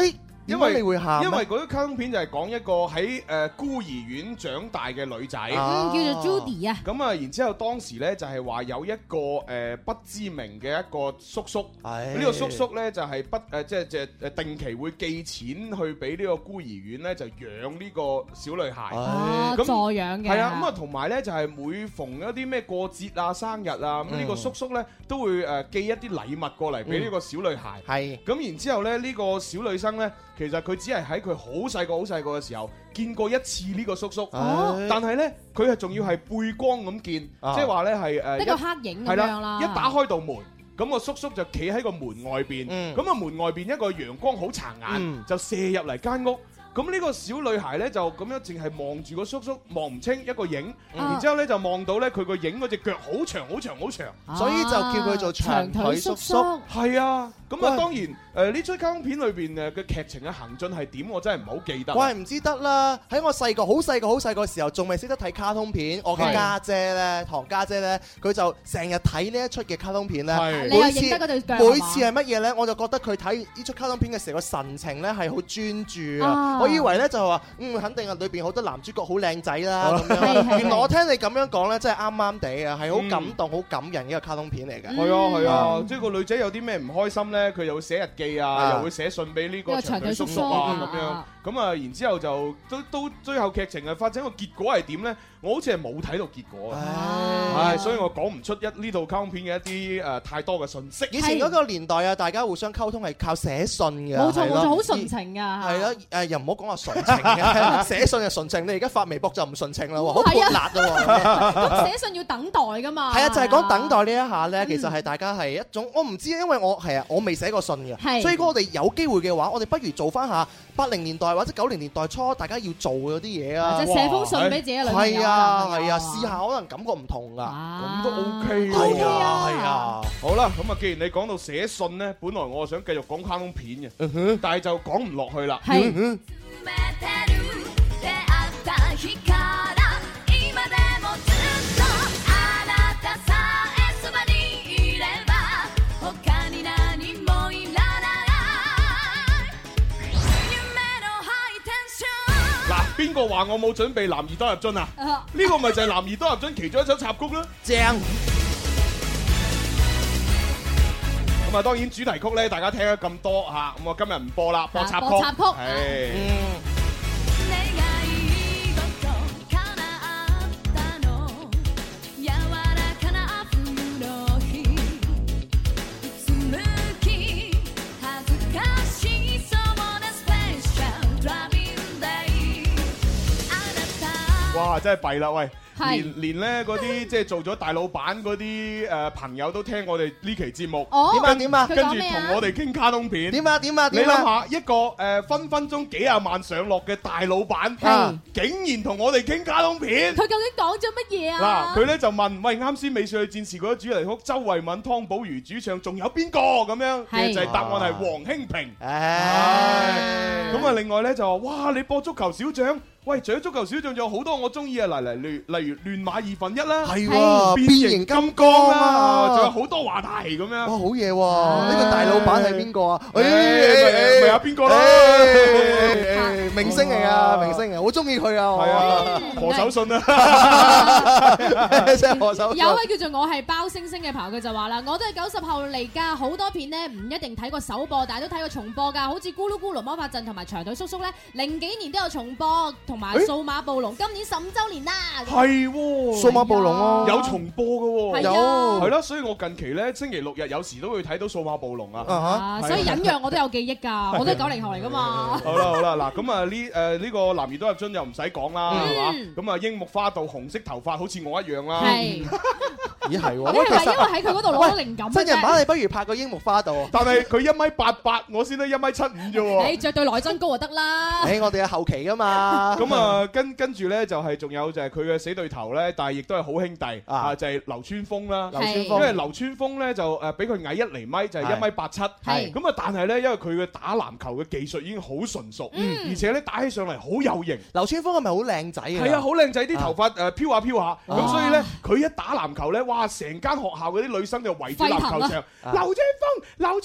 誒，點解你會喊咧？因為嗰啲卡通片就係講一個喺誒、呃孤兒院長大嘅女仔。啊嗯，叫做 Judy 啊，咁啊，然之後當時咧就係話有一個誒、呃不知名嘅一個叔叔，唉呢個叔叔咧就係不誒即係即係誒定期會寄錢去俾呢個孤兒院咧就養呢個小女孩。哦，咁助養嘅，係啊，咁啊，同埋咧就係每逢一啲咩過節啊、生日啊，咁呢個嗯叔叔咧都會誒寄一啲禮物過嚟俾呢個小女孩。係咁然之後咧，呢、個小女生呢，其實佢只係喺佢好細個、好細個嘅時候見過一次呢個叔叔，哦但係呢，佢係仲要係背光咁見，啊即係話呢係誒得個黑影咁樣啦，一打開道門。咁個叔叔就企喺個門外邊，嗯咁啊、門外邊一個陽光好殘眼，嗯就射入嚟間屋。咁咁呢個小女孩咧就咁樣淨係望住個叔叔，望唔清一個影，然之後咧就望到咧佢個影嗰隻腳好長好長好長。所以就叫佢做長腿叔叔長腿係啊，咁啊喂當然誒呢出卡通片裏邊誒嘅劇情嘅行進係點，我真係唔係好記得。怪唔之得啦！喺我細個好細個好細個時候，仲未識得睇卡通片。我嘅係家姐呢，堂家姐呢，佢就成日睇呢一出嘅卡通片呢。係你又每次認得嗰對腳啊每係嘛次係乜嘢呢？我就覺得佢睇呢出卡通片嘅時候個神情呢係好專注啊！啊我以為呢就係話，嗯，肯定啊，裏邊好多男主角好靚仔啦咁哦 [laughs] 係樣。係原來我聽你咁樣講呢，真係啱啱地啊，係嗯好感動、好感人嘅一個卡通片嗯嚟嘅。係啊係啊，即係個女仔有啲咩唔開心咧，佢又會寫日記啊，啊又會寫信俾呢呢個個長長腿腿叔叔叔叔啊啊咁樣。咁啊，然之後就都都最後劇情啊發展個結果係點咧？我好似係冇睇到結果啊，唉係，所以我講唔出一呢套卡通片嘅一啲誒太多嘅信息。以前嗰個年代啊，大家互相溝通係靠寫信嘅，冇錯係冇咯錯，好純情啊噶。係咯，誒又唔好講話純 [laughs] 情嘅，寫信就純情，你而家發微博就唔純情啦喎，好係潑啊辣啦喎。 [laughs] 咁寫信要等待噶嘛。係啊，就係講等待呢一下咧，其實係大家係一種我唔知，因為我係啊，我未寫過信嘅，係所以如果我哋有機會嘅話，我哋不如做翻下八零年代或者九零年代初大家要做嗰啲嘢啊即係。寫封信俾自己嘅女朋友係啊，係啊，男試朋友下可能感覺唔同噶。啊咁都 OK 喎啊係 OK 啊，啊係啊。好啦，咁啊，既然你講到寫信咧，本來我想繼續講卡通片嘅，但係就講唔落去啦。係。 「出会った日から今でもずっとあなたさえそばにいれば他に何もいらない」「夢のハイテンション」嗱，邊個話我冇準備《男兒當入樽》啊？啊呢個咪就係《男兒當入樽》其中一首插曲啦。正。咁啊，當然主題曲咧，大家聽咗咁多嚇，咁我啊今日唔播啦，播插曲。啊播插曲係嗯，願い事叶ったの柔らかな冬の日うつむき恥ずかしいそもなスペシャルドラビンデイあな哇，真係弊啦，喂！係連連咧嗰啲即係做咗大老闆嗰啲誒朋友都聽我哋呢期節目，哦，點啊點啊佢跟講住咩啊同我哋傾卡通片。點啊點啊你點諗啊！下一個誒分分鐘幾廿萬上落嘅大老闆，啊係竟然同我哋傾卡通片。佢究竟講咗乜嘢嗱，啊？佢咧就問：喂，啱先《美少女戰士》嗰個主題曲，周慧敏、湯寶如主唱，仲有邊個咁樣？係就係答案係黃興平。唉，咁啊，另外咧就話：哇，你播足球小將，喂，除咗足球小將，仲有好多我中意啊！嗱，嚟例如例如亂馬二分一啦，係喎，變形金剛光啊，啦，哦仲有好多話題咁哇，好樣。嘢喎！呢個大老闆係邊個啊？誒，啊咪咪有邊個哎咯哦誒誒哎明星嚟啊，明星啊，好中意佢啊！我係， [laughs] 啊，哦何守信啊。即係何首。有位啊叫做我係包星星嘅朋友，佢就話啦：我都係九十後嚟㗎，好多片呢唔一定睇過首播，但係都睇過重播㗎。好似《咕嚕咕嚕魔法陣》同埋《長腿叔叔》呢，零幾年都有重播，同埋誒《數碼暴龍》今年十五週年啦。係喎，數碼暴龍啊咯，有重播嘅喎，係有啊係啦，所以我近期咧星期六日有時都會睇到數碼暴龍啊。啊啊，係啊所以隱約我都有記憶㗎，我都係九零後嚟㗎 [laughs] 嘛。好啦好啦，嗱咁啊呢誒呢個男兒當入樽又唔使講嗯啦，係嘛？咁啊櫻木花道紅色頭髮好似我一樣啦。係，你嚇！咦係喎，喂係其咪因實為喺佢嗰度攞到靈感嘅真人版啫？你不如拍個櫻木花 [laughs] 道。但係佢一米八八，我先得一米七五啫你喎。着對內增高就得啦。誒，我哋係後期噶嘛。咁啊，跟跟住咧就係仲有就係佢嘅死對頭咧，但係亦都係好兄弟啊啊，就係流川楓啦。流川因為楓流川楓咧就誒比佢矮一厘米，就係一米八七。係咁啊，但係咧因為佢嘅打籃球嘅技術已經好純熟，嗯而且咧打起上嚟好有型。流川楓係咪好靚仔啊？係啊，好靚仔，啲頭髮誒飄下飄下，咁啊所以咧，佢一打籃球咧，哇！成間學校嗰啲女生就圍住籃球場，沸騰流川啊楓，流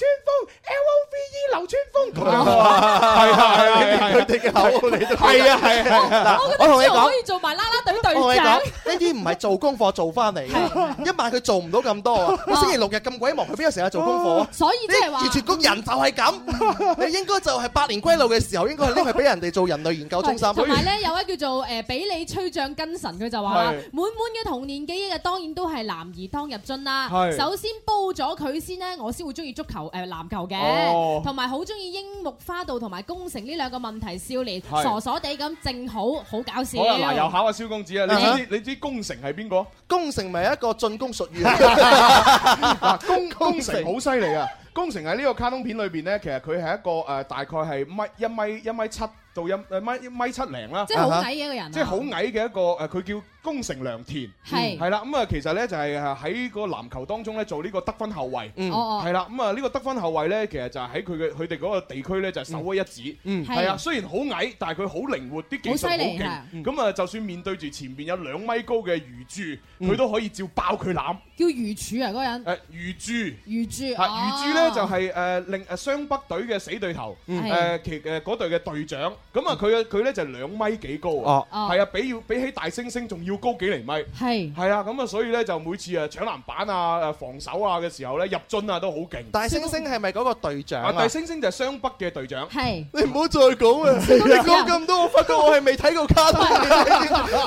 川楓，L O V E，流川楓咁樣啊， [laughs] 係啊係啊係佢啊哋嘅口你係都啊係啊係啊，嗱，我我同你覺得講可。以做埋啦啦啊隊我同隊你長講，。呢啲唔係做功課做翻嚟嘅，一晚佢做唔到咁多哦啊！佢星期六日咁鬼忙，佢邊有時間做功課啊？所以即係話熱，血谷人就係 [laughs] 咁，你應該就係百年歸老嘅時候，應該係拎去俾人哋做人類研究中心。同埋咧有位叫做誒比你吹脹根神，佢就話啦係滿滿嘅童年記憶嘅啊當然都係男兒當入樽啦係。首先煲咗佢先呢，我先會中意足球誒籃球哦嘅，同埋好中意櫻木花道同埋宮城呢兩個問題少年，係傻傻地咁正好好搞笑。好啦，啊嗱又考下蕭公子啊，你知唔啊知你知攻城係邊個？攻城咪係一個進攻術語 [laughs] 嚟嗱，攻攻攻城啊城好犀利啊！攻城喺呢個卡通片裏邊咧，其實佢係一個誒大概係米一米一米七度有誒米米七零啦，即係好矮嘅一個人啊，即係好矮嘅一個誒，佢叫宮城良田。係係啦，咁啊，其實咧就係誒喺個籃球當中咧做呢個得分後衞，嗯哦係啦，咁啊呢個得分後衞咧，其實就係喺佢嘅佢哋嗰個地區咧就係首屈一指，嗯係啊，雖然好矮，但係佢好靈活，啲技術好好犀利係勁啊，咁啊就算面對住前邊有兩米高嘅魚柱，佢都可以照爆佢攬，叫魚柱啊嗰個人，誒魚柱。魚柱嚇，哦魚珠咧就係誒另誒雙北隊嘅死對頭，嗯誒其誒嗰隊嘅隊長，咁啊佢嘅佢咧就兩米幾高啊哦，哦係啊，比要比起大猩猩仲要高幾厘米，係係啊，咁啊所以咧就每次誒搶籃板啊、誒防守啊嘅時候咧入樽啊都好勁。大猩猩係咪嗰個隊長啊，啊大猩猩就係雙北嘅隊長。係。你唔好再講啦！ [laughs] 你講咁多，我發覺我係未睇過卡 [laughs] 通嘅，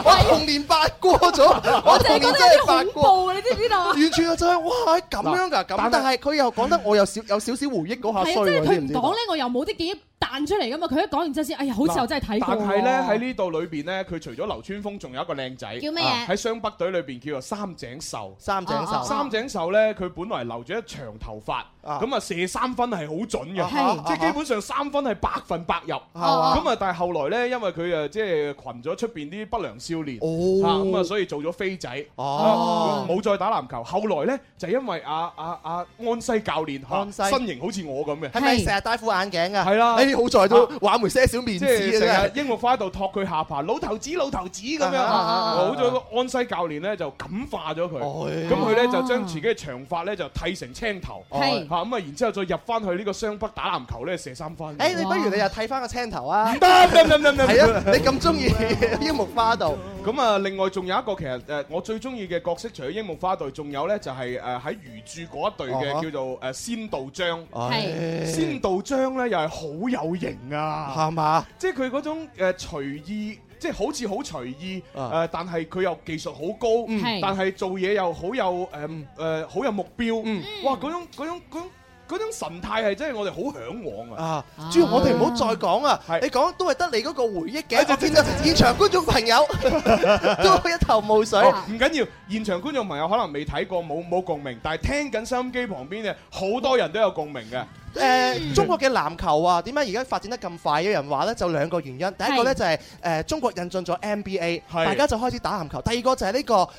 我童年八過咗， [laughs] 我我淨童係年覺真得有係八啲恐過。怖啊！你知唔知道啊？完全就係哇咁樣㗎，咁嗱但但係係佢又講得我有少有少少回憶嗰下係啊，衰即係喎，佢知唔唔知道？講咧，我又冇啲記憶彈出嚟噶嘛。佢一講完之後先，哎呀，好似嗱我真係睇過但喎。係咧喺呢度裏邊咧，佢除咗流川楓，仲有一個靚仔，叫咩嘢啊喺雙北隊裏邊叫做三井壽。三井哦壽哦三井壽咧，佢本來留咗一長頭髮，啊咁啊射三分係好準嘅，係即係基本上三分係百分百入。係嘛？咁啊，但係後來咧，因為佢呃誒即係群咗出邊啲不良少年，啊咁啊，哦，所以做咗飛仔。啊哦，冇再打籃球，後來咧就因為阿阿阿安西教練，啊安西身形好似我咁嘅，係咪成日戴副眼鏡㗎？係啦啊哎好在都挽回些少即面子啊係嘅成啫日。櫻木花道托佢下巴，老頭子老頭子咁樣。啊啊啊啊啊好在個安西教練咧就感化咗佢，哎咁佢咧就將自己嘅長髮咧就剃成青頭，哦嚇係咁啊，然之後再入翻去呢個雙北打籃球咧射三分。哎誒，你不如你又剃翻個青頭啊 [laughs] 唔！得唔得唔得唔得唔得！ [laughs] 係啊，你咁中意 [laughs] 櫻木花道，咁啊，另外仲有一個其實誒，我最中意嘅角色，除咗櫻木花道，仲有呢就係誒喺魚柱嗰一隊啊嘅哈叫做誒仙道章。哦係仙道章呢又係好有型啊！哎係嘛？即係佢嗰種誒隨意，即係好似好隨意啊誒，但係佢又技術好高，係但係做嘢又好有誒誒好有目標嗯。哇！嗰種嗰種嗰種嗰種神態係真係我哋好嚮往啊！啊啊！主要我哋唔好再講啊係！哎你講都係得你嗰個回憶嘅，我見到現場觀眾 [laughs] 朋友都一頭霧水。唔緊要，現場觀眾朋友可能未睇過冇冇共鳴，但係聽緊收音機旁邊嘅好多人都有共鳴嘅。誒，中國嘅籃球啊，點解而家發展得咁快？有人話咧，就兩個原因。第一個咧就係誒中國引進咗 NBA，係大家就開始打籃球。第二個就係呢個誒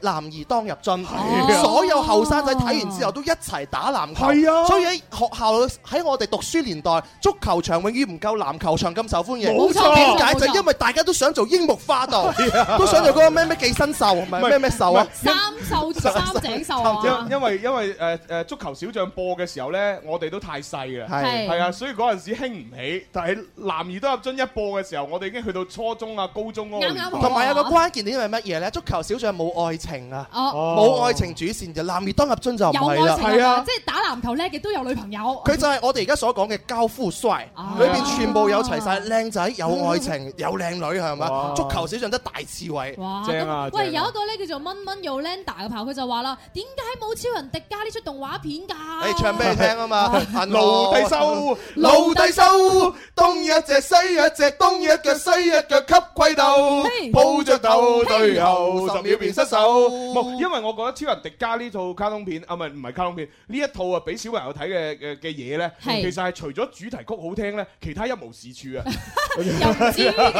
男兒當入係樽，哦啊所有後生仔睇完之後都一齊打籃球。係啊所以喺學校喺我哋讀書年代，足球場永遠唔夠籃球場咁受歡迎。冇錯點解冇錯就因為大家都想做櫻木花道，都想做嗰個咩咩寄生獸，唔係咩咩獸啊？三獸三井獸啊因，因為因為誒誒足球小將播嘅時候咧，我哋都太細啦，係係啊，所以嗰陣時興唔起。但係男兒都入樽一播嘅時候，我哋已經去到初中啊、高中嗰個啱啱年代好同埋有個關鍵點係乜嘢呢？足球小將冇愛情啊！哦，冇愛情主線就男兒當入樽就唔有係愛啦，情啊，即係打籃球叻嘅都有女朋友。佢就係我哋而家所講嘅交夫帥啊，裏邊全部有齊晒靚仔，有愛情， [laughs] 有靚女係嘛哇？足球小將得大刺猬，哇！正啊咁正啊喂，有一個咧叫做蚊蚊 Yolanda 嘅朋友，佢就話啦：點解冇超人迪迦呢出動畫片㗎？你唱俾你聽啊嘛！奴隸，收，奴隸收，東一隻西一隻，東一腳西一腳吸龜斗嘿，抱着頭對後十後十秒秒便便失失手手。冇，因為我覺得《超人迪迦》呢套卡通片啊，唔係唔係卡通片，呢一套啊俾小朋友睇嘅嘅嘅嘢咧，係其實係除咗主題曲好聽咧，其他一無是處啊。又唔知 [laughs] 嘅。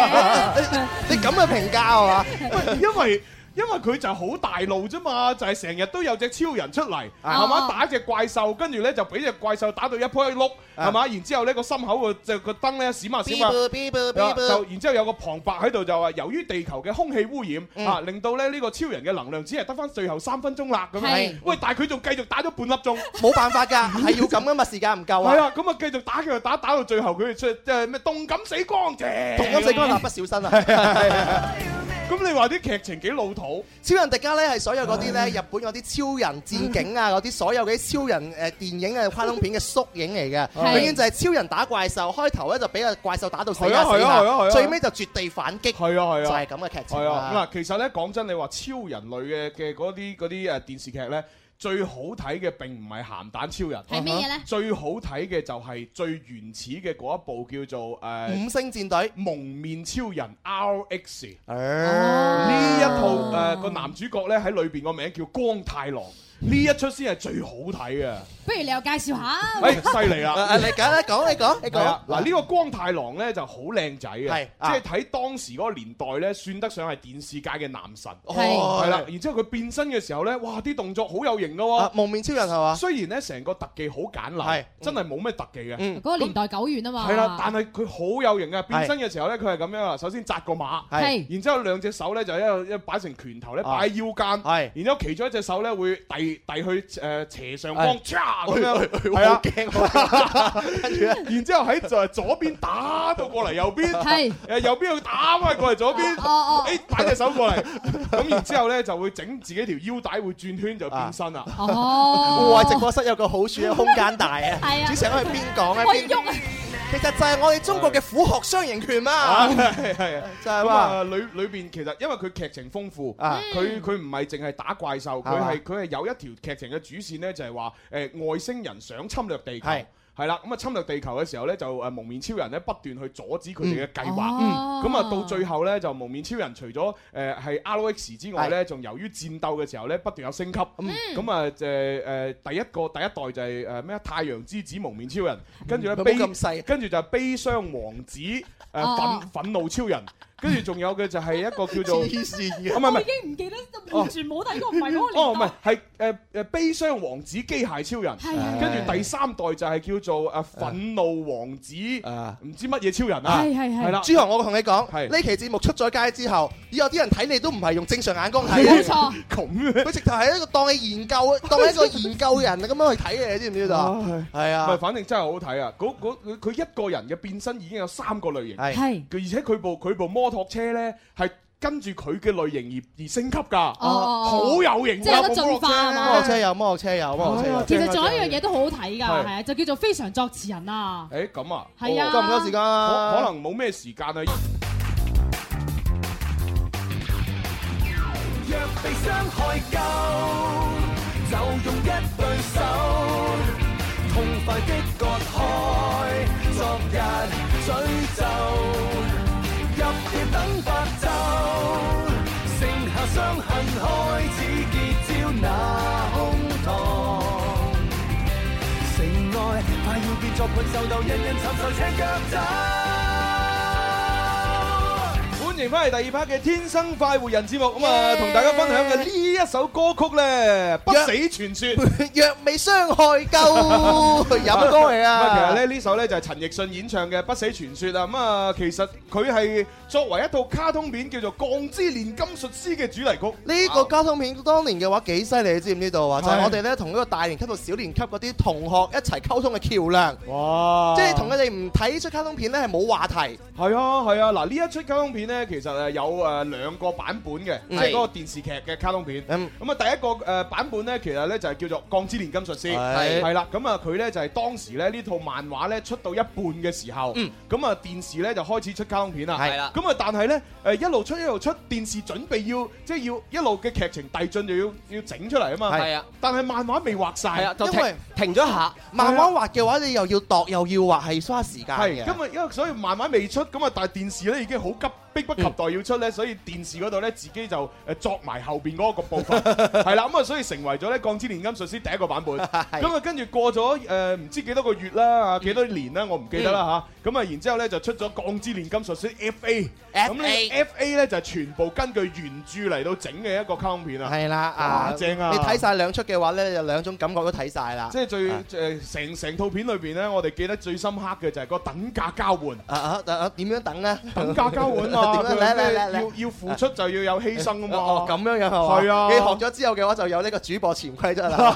你咁嘅評價係 [laughs] 嘛？喂因為因為佢就好大路啫嘛，就係成日都有隻超人出嚟，係嘛打只怪獸，跟住咧就俾只怪獸打到一坡一碌，係嘛，然之後咧個心口個就個燈咧閃下閃下。嗶嗶啊就然之後有個旁白喺度就話，由於地球嘅空氣污染、啊，令到咧呢個超人嘅能量只係得翻最後三分鐘啦咁樣係。喂，但係佢仲繼續打咗半粒鐘，冇辦法㗎，係要咁噶嘛，時間唔夠係啊！啊，咁啊繼續打佢，打打到最後佢哋出即係咩動感死光啫，同金四哥蠟筆小新啊！咁你話啲劇情幾老土？超人迪迦咧係所有嗰啲咧日本嗰啲超人戰警啊，嗰啲所有嗰啲超人誒電影啊卡通片嘅縮影嚟係嘅，永遠就係超人打怪獸，開頭咧就俾個怪獸打到死係啊下死係啊係啊係啊下，最尾就絕地反擊，係啊係就啊係。咁嘅劇情係啊，啦。嗱，其實咧講真，你話超人類嘅嘅嗰啲嗰啲誒電視劇咧，最好睇嘅並唔係鹹蛋超人，係咩嘢咧？最好睇嘅就係最原始嘅嗰一部叫做誒、呃五星戰隊蒙面超人 RX 呢、呢啊呃哦一套誒個、男主角咧喺裏邊個名叫光太郎，呢一出先係最好睇嘅。不如你又介紹下。哎，犀利啦！啊，你講啦，講你 [laughs] 講，你係啊講，嗱呢個光太郎咧就好靚仔嘅係，即啊係睇當時嗰個年代咧，算得上係電視界嘅男神。哦係啦，然之後佢變身嘅時候咧，哇！啲動作好有型噶啊喎。蒙面超人係嘛？雖然咧成個特技好簡係嗯陋，真係冇咩特技嘅。嗰個年代久遠啊嘛。係啦，但係佢好有型啊！變係身嘅時候咧，佢係咁樣啊，首先扎個馬。係然之後兩隻手咧就一路一擺成拳頭咧啊擺喺腰間，係然之後其中一隻手咧會遞遞去誒斜上方，係嚓咁咁樣樣，係係啊，啊，驚。跟住咧，然之後喺就左邊打到過嚟右邊，係誒右邊又打翻過嚟左邊，哦哦誒擺隻手過嚟，咁然之後咧就會整自己條腰帶會轉圈就變身啦。哦， [laughs] 戶外直播室有個好處咧，空間大啊。係啊主持人可以邊講咧可以邊喐啊！其實就係我哋中國嘅虎學雙形拳 [laughs] 啊，嘛，係係啊就係咁話啊，裏裏邊其實因為佢劇情豐富，啊佢佢唔係淨係打怪獸，佢係嘛係佢係有一條劇情嘅主線呢，就係話誒外星人想侵略地球係。係啦，咁啊侵略地球嘅時候呢，就誒蒙面超人呢不斷去阻止佢哋嘅計劃。哦嗯咁啊到最後呢，就蒙面超人除咗誒係嗯 RX 之外呢，仲由於戰鬥嘅時候呢，不斷有升級。咁啊誒誒第一個第一代就係誒咩啊太陽之子蒙面超人，跟住呢，嗯佢悲冇咁細。跟住就係悲傷王子，誒哦憤憤怒超人，跟住仲有嘅就係一個叫做，唔 [laughs] 黐線係嘅，唔 [laughs] 我已係，經唔記得，完全冇睇過，唔係嗰個哦哦唔年代係，。係誒誒悲傷王子機械超人，係啊係跟住第三代就係叫做誒憤怒王子，啊唔知乜嘢超人啊，係係係係啦，朱紅，我同你係講，呢期節目出咗街之後，以後啲人睇你都唔係用正常眼光睇 [laughs] 冇嘅，錯，咁嘅，佢直頭係一個當你 [laughs] 研究，當你一個研究人咁樣去睇你，知唔知道啊？唔係係啊，反正真係好好睇啊！嗰嗰佢佢一個人嘅變身已經有三個類型，係佢係而且佢部佢部摩托車咧係跟住佢嘅類型而而升級㗎，哦哦好哦有型㗎，即係有得部摩進托化車係嘛？摩托哦車有，摩托車有，摩啊托車有。其實仲有一樣嘢都好好睇㗎，係係啊，就叫做非常作詞人啊。誒咁啊，係啊夠唔夠時間啊？可可能冇咩時間啊。若被傷害夠，就用一對手，痛快的割開昨日詛咒。入夜等白晝，剩下傷痕開始結焦那胸膛。城外快要變作困獸鬥，人人尋仇赤腳走。歡迎翻嚟第二 part 嘅《天生快活人》節目，咁啊，同大家分享嘅呢一首歌曲咧，《不死傳說》。 [laughs] 若未傷害 [laughs] 夠，飲歌嚟咁啊，其實啊！咧呢首咧就係陳奕迅演唱嘅《不死傳說》啊，咁啊，其實佢係作為一套卡通片叫做《鋼之煉金術師》嘅主題曲。呢個交通片當年嘅話幾犀利，你知唔知道啊？就係係我哋咧同嗰個大年級到小年級嗰啲同學一齊溝通嘅橋梁，哇即係同佢哋唔睇出卡通片咧係冇話題。係啊係啊，嗱呢一出卡通片咧，其實誒有誒兩個版本嘅，即係嗰個電視劇嘅卡通片。嗯咁啊，第一個誒版本咧，其實咧就係叫做《鋼之煉金術師》，係係啦。咁啊，佢咧就係當時咧呢套漫畫咧出到一半嘅時候，咁啊電視咧就開始出卡通片啦。係啦咁啊，但係咧誒一路出一路出，電視準備要即係要一路嘅劇情遞進，就要要整出嚟啊嘛。係啊，但係漫畫未畫晒，係啊，就因停為停咗一下，啊慢慢畫嘅話，你又要度又要畫，係花時間係，啊嘅。因為因為所以漫畫未出，咁啊，但係電視咧已經好急，迫不及待要出咧，所以電視嗰度咧自己就誒作埋後邊嗰個部分， [laughs] 係啦，咁啊，所以成為咗咧《鋼之煉金術師》第一個版本。咁啊，跟住過咗誒唔知幾多個月啦，啊幾多年啦，我唔記得啦嚇。咁啊，然之後咧就出咗《鋼之煉金術師》F.A. 咁呢 F.A. 咧就係全部根據原著嚟到整嘅一個卡通片啊。係啦，啊哇正啊你睇晒兩出嘅話咧，就兩種感覺都睇晒啦即。係最啊誒成成套片裏邊咧，我哋記得最深刻嘅就係個等價交換。啊啊啊啊！點樣等咧？等價交換啊嘛， [laughs] 點樣啊嚟嚟嚟嚟要要付出就要有犧牲啊嘛。哦，咁樣樣係嘛？係啊你學咗之後嘅話，就有呢個主播潛規則 [laughs] 啦。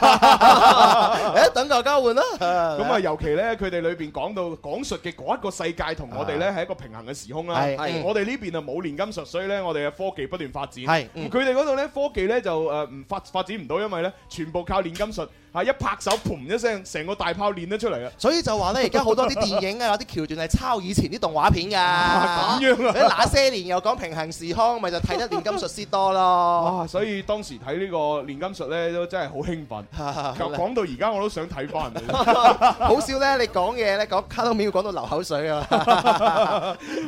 誒，等價交換啦。咁啊，尤其咧，佢哋裏邊講到講述嘅嗰一個世界同我哋咧係一個平衡嘅時空啦。啊係嗯係我哋呢邊啊冇煉金術，所以咧我哋嘅科技不斷發展。係咁嗯佢哋嗰度咧科技咧就誒唔發發展唔到，因為咧全部靠煉金術，係一拍手嘭一聲，成個大炮煉得出嚟啦。啊所以就話咧，而家好多啲電影啊，有啲橋段係抄以前啲動畫片㗎。 [laughs] 咁樣啊你嗱嗱聲些年又講平衡時空，咪就睇得煉金術師多咯。哇！啊所以當時睇呢個煉金術咧，都真係好興 [laughs] 奮。講到而家我都想睇翻。好少咧，你講嘢咧講卡通片會講到流口水啊！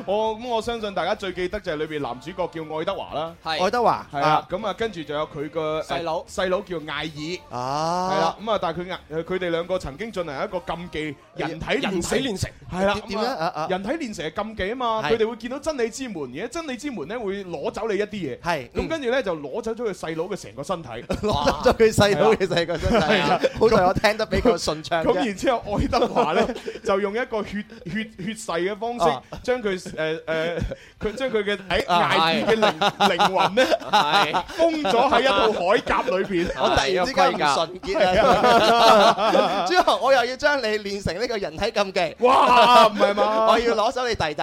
我咁我相信大家最記得就係裏邊男主角叫愛德華啦。愛德華係啊，咁啊，跟住仲有佢個細佬呃細佬叫艾爾。啊，係啦，咁啊，但係佢艾佢哋兩個曾經進行一個禁忌人體人練死成練成，係啦，點點咧咁啊啊啊人體練成係禁忌啊嘛，係佢哋會見到真理之門，而家真理之門咧會攞走你一啲嘢。係咁咁跟住咧就攞走咗佢細佬嘅成個身體，咁攞得咗佢細佬嘅細個真係啊，好在我聽得比較順暢啫。然之後愛德華咧就用一個血血血誓嘅方啊式，將佢誒誒佢將佢嘅喺啊艾爾嘅靈靈魂咧係封咗喺一套鎧甲裏邊。我突啊然之間唔純潔啊！ [laughs] 之後我又要將你練成呢個人體禁 [laughs] 忌，哇，唔係嘛？ [laughs] 我要攞走你弟 [laughs] 弟。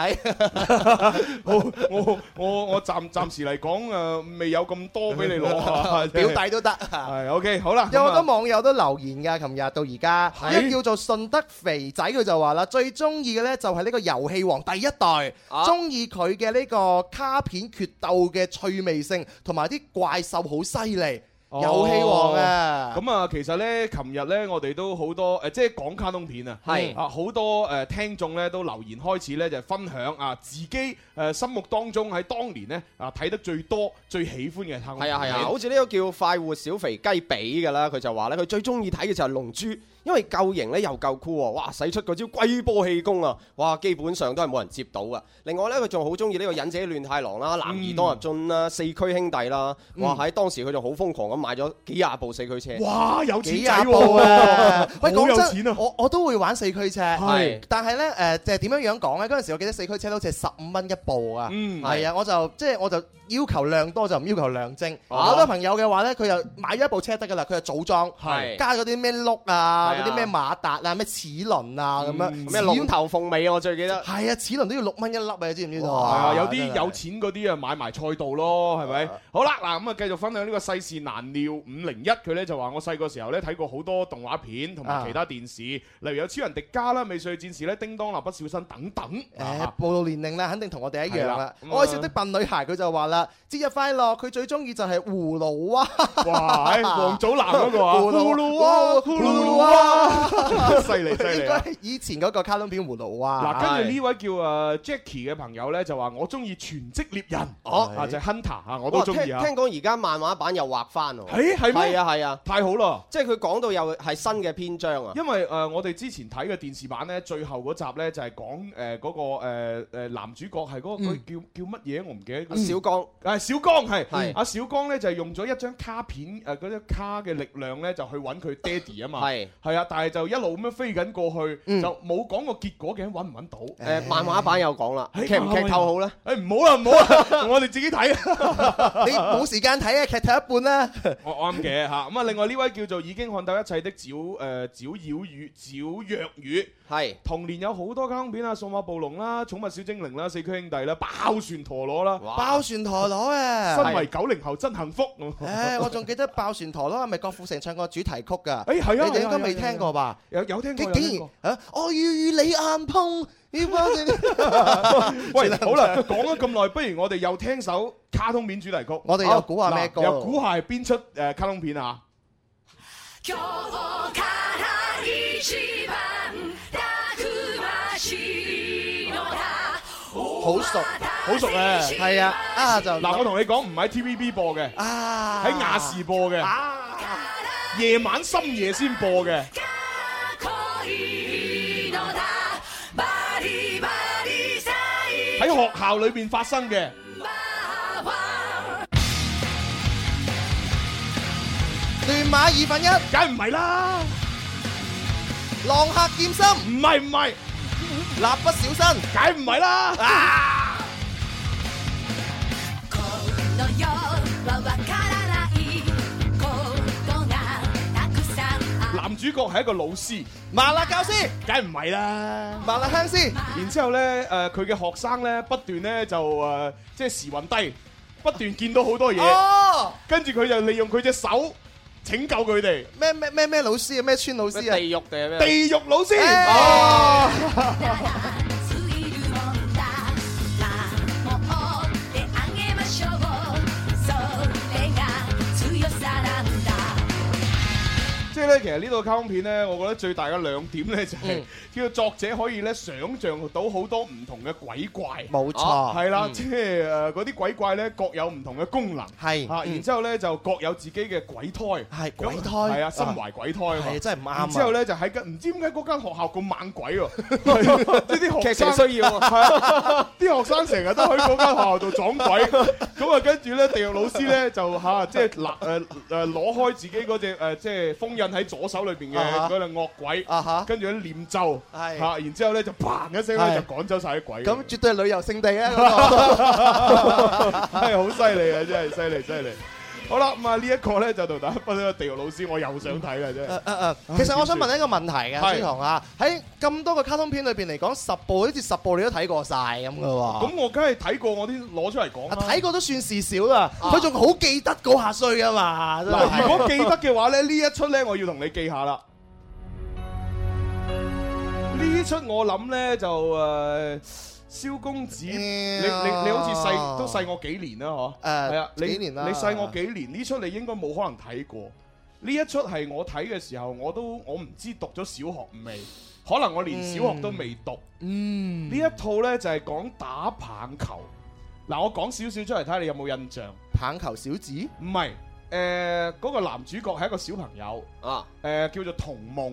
我我我我暫暫時嚟講誒，未有咁多俾你攞 [laughs] 啊！真係表弟都得。係 OK，好啦，有好咁啊多網友都留言㗎，琴日到而家，係一個叫做順德肥仔佢就話啦，最中意嘅呢就係呢個遊戲王第一代啊，中意佢嘅呢個卡片決鬥嘅趣味性，同埋啲怪獸好犀利，哦遊戲王啊！咁啊，其實咧，琴日咧，我哋都好多誒，即係講卡通片啊，係啊，好多誒聽眾咧都留言開始咧就分享啊，自己誒心目當中喺當年咧啊睇得最多、最喜歡嘅卡通係片。啊係啊，好似呢個叫快活小肥雞髀㗎啦，佢就話咧，佢最中意睇嘅就係啊龍珠，因為夠型咧又夠酷喎，哇！使出嗰招龜波氣功啊，哇！基本上都係冇人接到啊。另外咧，佢仲好中意呢個忍者亂太郎啦、嗯男兒當入樽啦、四驅兄弟啦，哇！喺當時佢就好瘋狂咁買咗幾廿部四驅車，哇，有錢幾仔廿部啊喎！！喂，好講有錢真啊，！我我都會玩四驅車，係係但係呢，誒，就係點樣樣講呢？嗰陣時我記得四驅車都好似十五蚊一部啊。嗯，係啊，我就即係我就要求量多就唔要求量精。啊好多朋友嘅話呢，佢就買咗一部車得㗎啦，佢就組裝，係加嗰啲咩轆啊，係啊嗰啲咩馬達啊，咩齒輪啊嗯咁樣，咩龍頭鳳尾啊我最記得。係啊，齒輪都要六蚊一粒啊，你知唔知道係啊？啊，有啲真係有錢嗰啲啊，買埋賽道咯，係咪？好啦，嗱咁啊，繼續分享呢個世事難料五零一，佢咧就話我細個時候咧睇過好多動畫片同埋啊其他電視，例如有超人迪迦啦、美少女戰士咧、叮當、蠟筆小新等等。誒啊暴露年齡啦，肯定同我哋一樣係啦啦。咁啊愛笑的笨女孩佢就話啦：節日快樂！佢最中意就係葫蘆啊娃，哇，唉王祖藍嗰 [laughs] 個啊，葫蘆娃葫葫蘆蘆娃， [laughs] 犀利犀應利該啊！啊係以前嗰個卡通片葫蘆娃。啊嗱，跟住呢位叫啊 Jackie 嘅朋友咧，就話我中意全職獵人，哦啊就係 Hunter 啊，我都中意啊哇。聽聽講而家漫畫版又畫翻喎。誒係係咩？啊係啊，太好啦！即係佢講到又係新嘅篇章啊。因為誒、呃我哋之前睇嘅電視版咧，最後嗰集咧就係講誒嗰個誒、呃、男主角係嗰、個佢叫叫乜嘢我唔記得阿咗。小剛誒小剛係係阿小剛咧就係用咗一張卡片誒嗰張卡嘅力量咧就去揾佢爹哋啊嘛。係係啊，但係就一路咁樣飛緊過去，嗯就冇講個結果嘅，揾唔揾到？誒漫畫版又講啦，哎劇唔漫畫劇透好咧？誒唔好啦唔好 [laughs] 啦，我哋自己睇啊。你冇時間睇啊，劇睇一半啦。我我啱嘅嚇，咁啊另外呢位叫做已經看透一切的沼誒沼妖語沼若語。係童年有好多卡通片啊，《數碼暴龍》啦，《寵物小精靈》啦，《四驅兄弟》啦，《爆旋陀螺》啦。哇爆旋陀螺啊！身 [laughs] 為九零後真幸福。唉，我仲記得爆旋陀螺係咪郭富城唱過主題曲㗎？誒係啊，你哋應該未係啊聽過？吧？係啊係啊有有聽過竟有竟聽然過。啊！我要與你硬碰，要幫你。喂，好啦，講咗咁耐，不如我哋又聽首卡通片主題曲。啊我哋又估下咩歌嗱又估下係邊出誒卡通片啊？今日から一番たくましいのだ [laughs] 好熟，好熟咧。係啊！啊就嗱，我同你講，唔喺 TVB 播嘅，啊喺亞視播嘅，夜晚深夜先播嘅。恋のだバリバリ最喺學校裏面發生嘅。亂馬二分一，梗唔係啦，浪客劍心，唔係唔係，蠟筆小新，梗唔係啦。啊この世はわからないことがたくさんある男主角係一個老師，麻辣教師，梗唔係啦。麻辣香師，然之後咧，誒佢嘅學生咧不斷咧就誒、呃即係時運低，不斷見到好多嘢，哦，跟住佢就利用佢隻手拯救佢哋。咩咩咩咩老師啊，咩村老師咩啊地，獄定係咩？地獄老師，哎哦， 「ついるもんだ」「まあもう即係咧，其實呢套卡通片咧，我覺得最大嘅亮點咧就係叫作者可以咧想像到好多唔同嘅鬼怪。冇啊錯，係啦，即係誒嗰啲鬼怪咧各有唔同嘅功能，係嚇，嗯然之後咧就各有自己嘅鬼胎，咁係鬼胎係啊，心懷鬼胎啊嘛係。真係唔啱啊然之後咧就喺間唔知點解嗰間學校咁猛鬼 [laughs] 喎，即係啲學生劇情需要啊 [laughs] 係啊，啲學生成日都喺嗰間學校度撞鬼，咁啊跟住咧地獄老師咧就嚇即係嗱誒誒攞開自己嗰隻誒呃即係封印喺左手裏邊嘅啊哈嗰隻惡鬼，啊哈跟住咧念咒係嚇，然之後咧就砰一聲咧係就趕走晒啲鬼，咁絕對係旅遊勝 [laughs] 地啊！ [laughs] 嗰度係好犀利啊！真係犀利犀利。好啦，咁啊呢一個咧就同大家分享地獄老師，我又想睇啦，真係誒誒嗯誒其實我想問一個問題嘅，係朱彤啊，喺咁多個卡通片裏邊嚟講，十部好似十部你都睇過晒咁嘅喎。咁啊我梗係睇過，我啲攞出嚟講啊啦睇過都算事少啦，佢仲好記得嗰下衰啊嘛！真係嗱，如果記得嘅話咧，呢一出咧，我要同你記下啦。呢出我諗咧就誒，蕭公子，你你你好似細都細我幾年啦，嗬？誒係啊，你幾年啦你細我幾年？呢出你應該冇可能睇過。呢一出係我睇嘅時候，我都我唔知讀咗小學未，可能我連小學都未讀。嗯呢一套咧就係講打棒球。嗱，我講少少出嚟睇下你有冇印象？棒球小子唔係，誒、嗰、個男主角係一個小朋友，啊，誒、叫做童夢。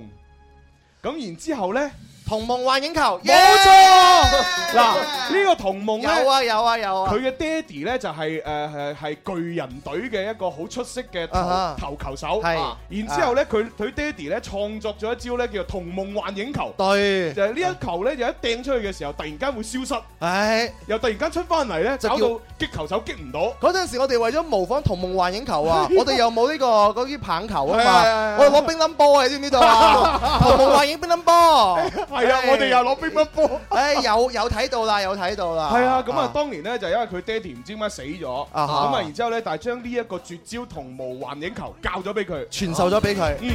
咁然之後 [laughs] 呢，同夢幻影球，冇冇錯，嗱呢個童夢呢，有啊有啊有啊佢嘅爹哋呢就係誒係係巨人隊嘅一個好出色嘅投、啊哈投球手。係啊然之後呢，佢佢爹哋呢創作咗一招呢，叫做童夢幻影球，對就，係呢一球呢，就一掟出去嘅時候，突然間會消失，唉。又突然間出翻嚟呢，就搞叫到擊球手擊唔到。嗰陣時，我哋為咗模仿同夢幻影球 [laughs] 啊，我哋又冇呢個嗰啲棒球啊係啊係啊嘛，我哋攞乒乓波啊，你知唔知 [laughs] 道啊？同夢幻影乒乓波，係啊，我哋又攞乒乓波。唉，有有睇到啦，有睇到啦。係啊，咁啊，當年咧就因為佢爹哋唔知點解死咗，咁啊哈啊，然之後咧，但係將呢一個絕招同無幻影球教咗俾 [laughs] 佢。傳授咗俾佢。嗯，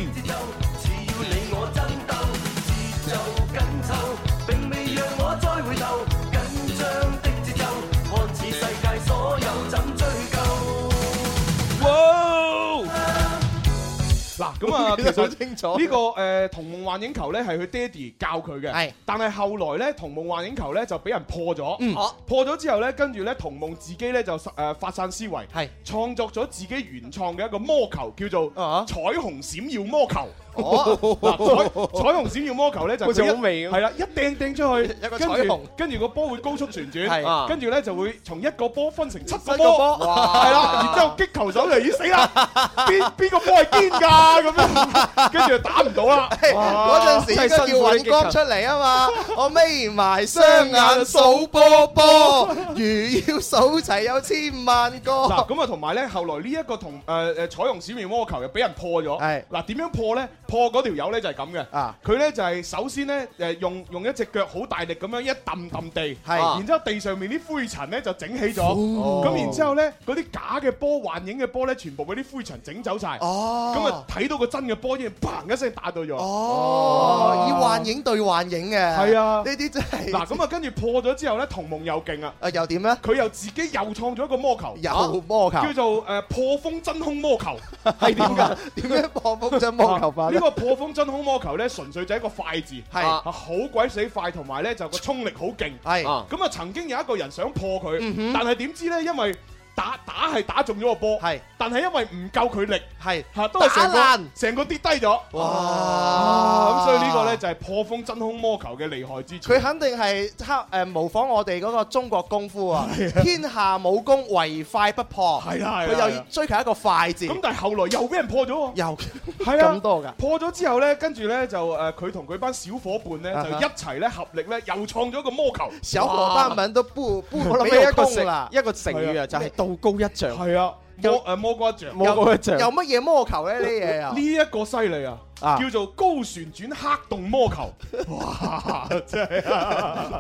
嗱，咁 [laughs] 啊，其記得好實清楚呢個誒同夢幻影球咧係佢爹哋教佢嘅，係但係後來咧同夢幻影球咧就俾人破咗，嗯啊破咗之後咧，跟住咧同夢自己咧就誒發散思維，係創作咗自己原創嘅一個魔球，叫做啊彩虹閃耀魔球。 [laughs] [laughs] 哦，嗱彩彩虹閃耀魔球咧就好似佢一好味咁係啦，一掟掟出去，有個跟住彩虹，跟住個波會高速旋係轉，啊跟住咧就會從一個波分成七個個波，波 [laughs] 係啦，然之後擊球手就已死啦，邊邊個波係堅㗎咁樣，跟住就打唔到 [laughs] 啦。嗰陣時應該叫尹光出嚟啊 [laughs] 嘛，我眯埋雙眼數波波，如要數齊有千萬嗱，個。咁啊，同埋咧，後來呢一個同誒誒彩虹閃耀魔球又俾人破咗。係嗱，點樣破咧？破嗰條友咧就係咁嘅。啊佢咧就係首先咧誒用用一隻腳好大力咁樣一揼揼地，啊係哦然之後地上面啲灰塵咧就整起咗。咁然之後咧，嗰啲假嘅波、幻影嘅波咧，全部俾啲灰塵整走晒。哦，咁啊，睇到個真嘅波已經砰一聲打到咗。哦，以幻影對幻影嘅，係啊呢啲真係嗱，咁啊，跟住破咗之後咧，同夢又勁啊！啊又點咧？佢又自己又創咗一個魔球，啊有魔球哦叫做誒破風真空魔 [laughs] 球。係點㗎？點樣破風真魔球法啊呢咧？個破風真空魔球咧，純粹就係一個快字，係啊好鬼死快，同埋咧就個衝力好勁。係嗯啊咁啊，曾經有一個人想破佢，但係點知咧，因為打打係打中咗個波，係但係因為唔夠佢力，係嚇都係成打個爛成個跌低咗。哇！啊啊咁所以呢個咧就係破風真空魔球嘅厲害之處佢。肯定係抄誒模仿我哋嗰個中國功 [laughs] 夫啊！天下武功唯快不破，係啦係啦佢又係要啦追求一個快字，咁但係後來又俾人破咗喎。又係啊咁多㗎破咗之後咧，跟住咧就誒佢同佢班小伙伴咧啊就哈一齊咧合力咧又創咗個魔球。小伙伴們都不不我沒諗起有一個功成啦。一個成語啊，就係道高一丈，係啊，魔誒魔瓜醬。冇高一丈有。乜嘢魔球咧？呢嘢啊呢，一個犀利啊！啊叫做高旋轉黑洞魔球，哇！真係啊！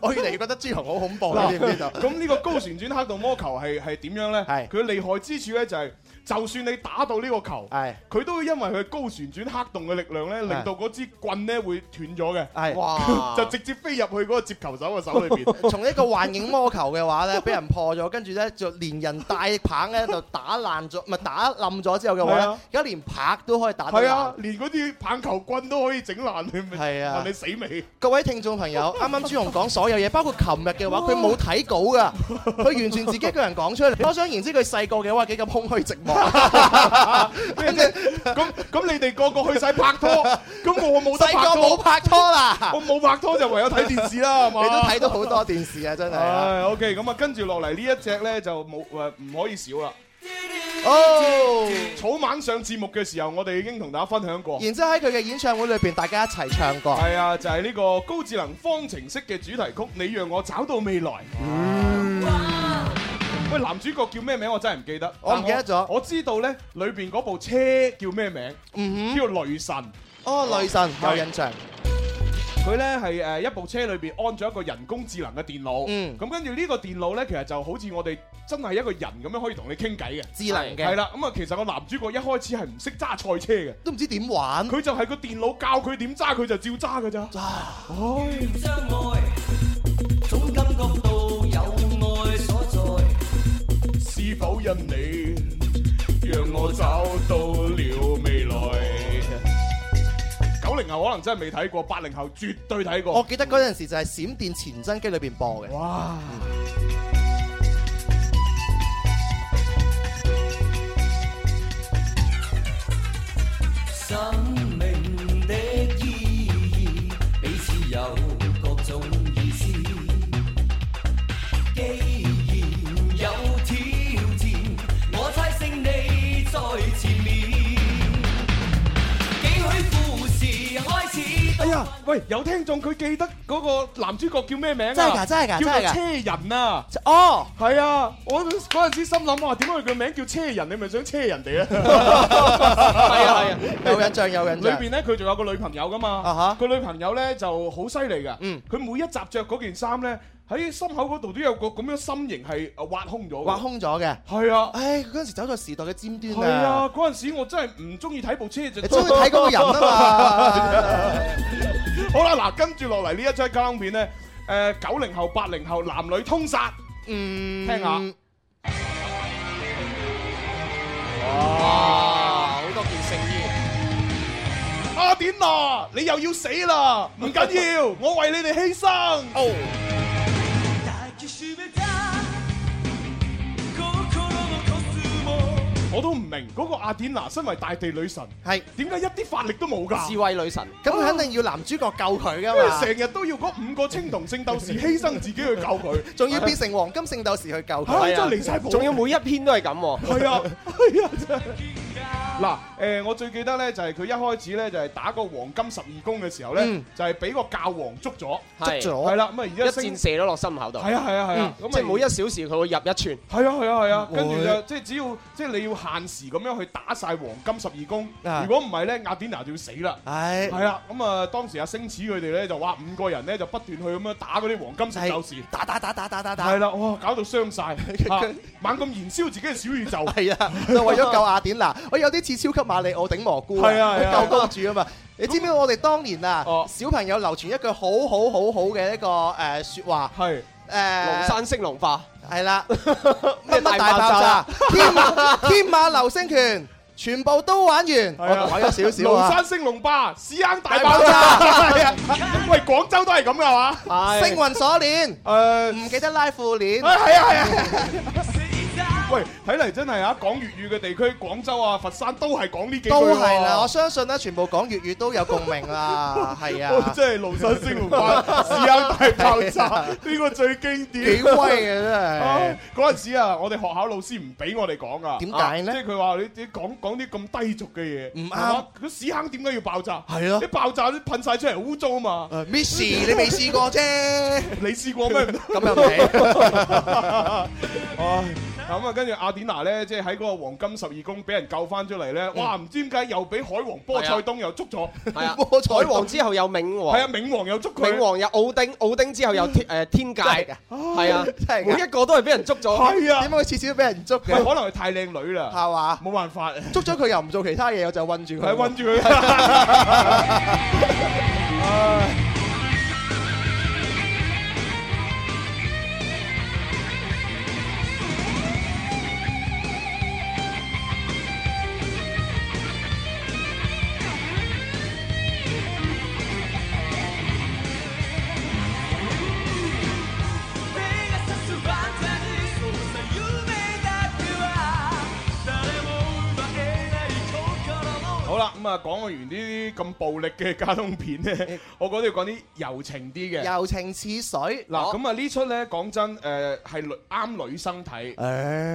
我越嚟越覺得朱紅好恐怖，啊嗱你知唔知道？咁呢個高旋轉黑洞魔球係係點樣呢？係佢厲害之處呢，就係就算你打到呢個球，係佢都會因為佢高旋轉黑洞嘅力量咧，令到嗰支棍咧會斷咗嘅。係。[laughs] 哇！就直接飛入去嗰個接球手嘅手裏邊。 [laughs] 從一個幻影魔球 [laughs] 嘅話咧，俾人破咗，跟住咧就連人帶棒咧就打爛咗，唔係打冧咗之後嘅話咧係啊，而家連拍都可以打得係爛啊。，連嗰啲棒球棍都可以整爛佢，咪係啊問你死未？各位聽眾 [laughs] 朋友，啱啱朱紅講所有嘢，包括琴日嘅話，佢冇睇稿噶，佢完全自己一個人講出嚟。 [laughs] 可想而知，佢細個嘅話幾咁空虛寂啊寞。跟住咁咁你哋個個去晒拍 [laughs] 拖，咁我冇得細拍個冇拖，拍拖啦， [laughs] 我冇拍拖就唯有睇電視啦，係啊你嘛？都睇到好多電視啊，真係啊。唉，OK，咁啊，跟住落嚟呢一隻咧就冇誒，唔可以少啦。哦，草蜢上節目嘅時候，我哋已經同大家分享過。然之後喺佢嘅演唱會裏邊，大家一齊唱過。係啊，就係呢個高智能方程式嘅主題曲《你讓我找到未來》。嗯喂，男主角叫咩名？我真係唔記得。我唔記得咗但我我知道咧，裏邊嗰部車叫咩名？嗯叫雷神。哼，哦，女神有印象。佢咧係誒一部車裏邊安咗一個人工智能嘅電腦。嗯咁跟住呢個電腦咧，其實就好似我哋真係一個人咁樣可以同你傾偈嘅。智能係嘅，啦，咁啊，其實個男主角一開始係唔識揸賽車嘅，都唔知點玩。啊佢就係個電腦教佢點揸，佢就照揸㗎咋。啊相愛，總感覺到有愛所在。是否因你讓我找到了未來？九零後可能真係未睇過，八零後絕對睇我過。記得嗰陣時就係《閃電前真機》裏邊播嘅。哇！生命的意義，彼此有各種意思。既然有挑戰，我猜勝利在前面。幾許故事開始哎呀，喂，有聽眾佢記得嗰個男主角叫咩名啊？真係㗎真係㗎叫真係㗎做車人啊！哦，係啊，我嗰陣時心諗哇，點解佢個名叫車人？你咪想車人 [laughs] 哋啊？係啊係啊，有印象有印哦裏象。邊咧佢仲有個女朋友噶啊嘛，佢女朋友咧就好犀利噶，嗯佢每一集着嗰件衫咧喺心口嗰度都有個咁樣心形係呃挖空咗，挖，空哎咗嘅。係啊，唉，佢嗰陣時走在時代嘅尖端係啊，嗰陣時我真係唔中意睇部車就你中意睇嗰個人啊嘛？ [laughs] 好啦，嗱，跟住落嚟呢一張卡通片咧，誒九零後、八零後男女通殺，嗯，聽下好多件聖衣。阿啊典娜，你又要死 [laughs] 啦，唔緊要，我為你哋犧牲。哦抱きしめた心のコスモ我都唔明嗰個阿典娜身為大地女神，係，點解一啲法力都冇㗎？智慧女神。咁佢肯定要男主角救佢因為啊噶嘛， [laughs] 成日都要嗰五個青銅聖鬥士犧牲自己去救佢， [laughs] 仲要變成黃金聖鬥士去救嚇佢。真係啊離晒譜。哎仲要每一篇都係咁喎。係啊，係啊，真係。嗱，誒，我最記得咧就係佢一開始咧就係打個黃金十二宮嘅時候咧嗯，就係俾個教皇捉咗，係捉咗係啦，咁啊，哦一然之後升箭，射咗落心口度，係啊，係啊，係嗯啊，咁啊即係每一小時佢會入一寸。係啊係啊係啊，跟住就會即係只要即係你要限時咁樣去打晒黃金十二宮，啊如果唔係咧，雅典娜就要死啦。唉，係啦，咁啊，當時阿星矢佢哋咧就話五個人咧就不斷去咁樣打嗰啲黃金聖鬥士係。打打打打打打打。係啦，哇，搞到傷晒， [laughs] 啊猛咁燃燒自己嘅小宇宙。係啊，就為咗救雅典娜，我有啲似超級馬里奧頂蘑菇係啊係啊救公主啊嘛。你知唔知我哋當年啊哦，小朋友流傳一句好好好好嘅一個誒説話係龍誒，山升龍化，[laughs] 係啦，乜咩乜大大爆爆炸炸，天馬 [laughs] 天馬流星拳，全部都玩完，啊我改咗少少廬啊。山升龍霸，屎坑大爆炸。係啊， [laughs] 喂，廣州都係咁噶嘛？ [laughs] 星雲鎖鏈，誒，唔記得拉褲 [laughs] 鏈，啊係啊係啊。 [laughs] 喂，睇嚟真係啊，講粵語嘅地區，廣州啊、佛山都係講呢幾句喎都係 [laughs] 啦。我相信咧，全部講粵語都有共鳴啦，係哇啊，哦真係廬山升龍 [laughs] 霸，屎坑大爆炸，呢個最經幾典。威啊嘅 [laughs] 真唉係。嗰陣時啊，我哋學校老師唔俾我哋講噶。點解即呢？係佢話你你講講啲咁低俗嘅嘢，唔啱係嘛。個屎坑點解要爆炸？係咯你爆炸都噴晒出嚟污糟啊 [laughs] 嘛！誒 Miss，你未試過啫， [laughs] 你試過咩？咁又唔理。唉，咁啊，跟住雅典娜咧，即係喺嗰個黃金十二宮俾人救翻出嚟咧，哇！唔知點解又俾海王波塞冬又捉咗，嗯係啊，菠菜海王之後有冥王係，啊，冥王又捉佢冥。王有奧丁，奧丁之後有天誒天界，係啊真係，㗎每一個都係俾人捉咗。係啊點，解佢次次都俾人捉喂，嘅？可能係太靚女啦，係嘛？冇辦 [laughs] 法，係捉咗佢又唔做其他嘢，我就韞住佢。韞住佢。好啦，咁啊，講完呢啲咁暴力嘅卡通片 [laughs] 咧，我覺得要講啲柔情啲嘅。柔情似水。哦嗱，咁啊呢出咧講真，誒係女啱女生睇，誒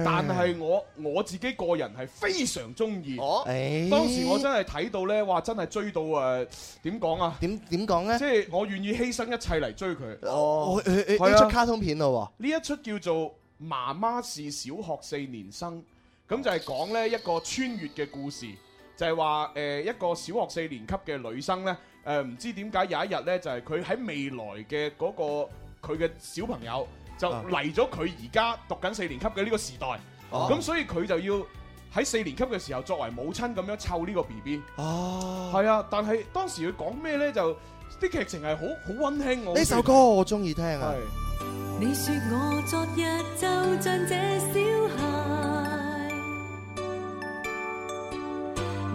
但係我我自己個人係非常中意。哦，誒當時我真係睇到咧，哇！真係追到誒點講 [laughs] 啊？點點講咧即？係我願意犧牲一切嚟追佢。哦，誒誒係啊呢出卡通片咯呢一出叫做《媽媽是小學四年生》，咁就係講呢一個穿越嘅故事，就係話誒一個小學四年級嘅女生呢，誒、唔知點解有一日呢，就係佢喺未來嘅嗰、個佢嘅小朋友就啊嚟咗佢而家讀緊四年級嘅呢個時代，咁、哦所以佢就要喺四年級嘅時候作為母親咁樣湊呢個 B B，喎。哦，係啊，但係當時佢講咩呢？就啲劇情係好好温馨，我呢首歌我中意聽啊。係。你说我昨日就像這小孩，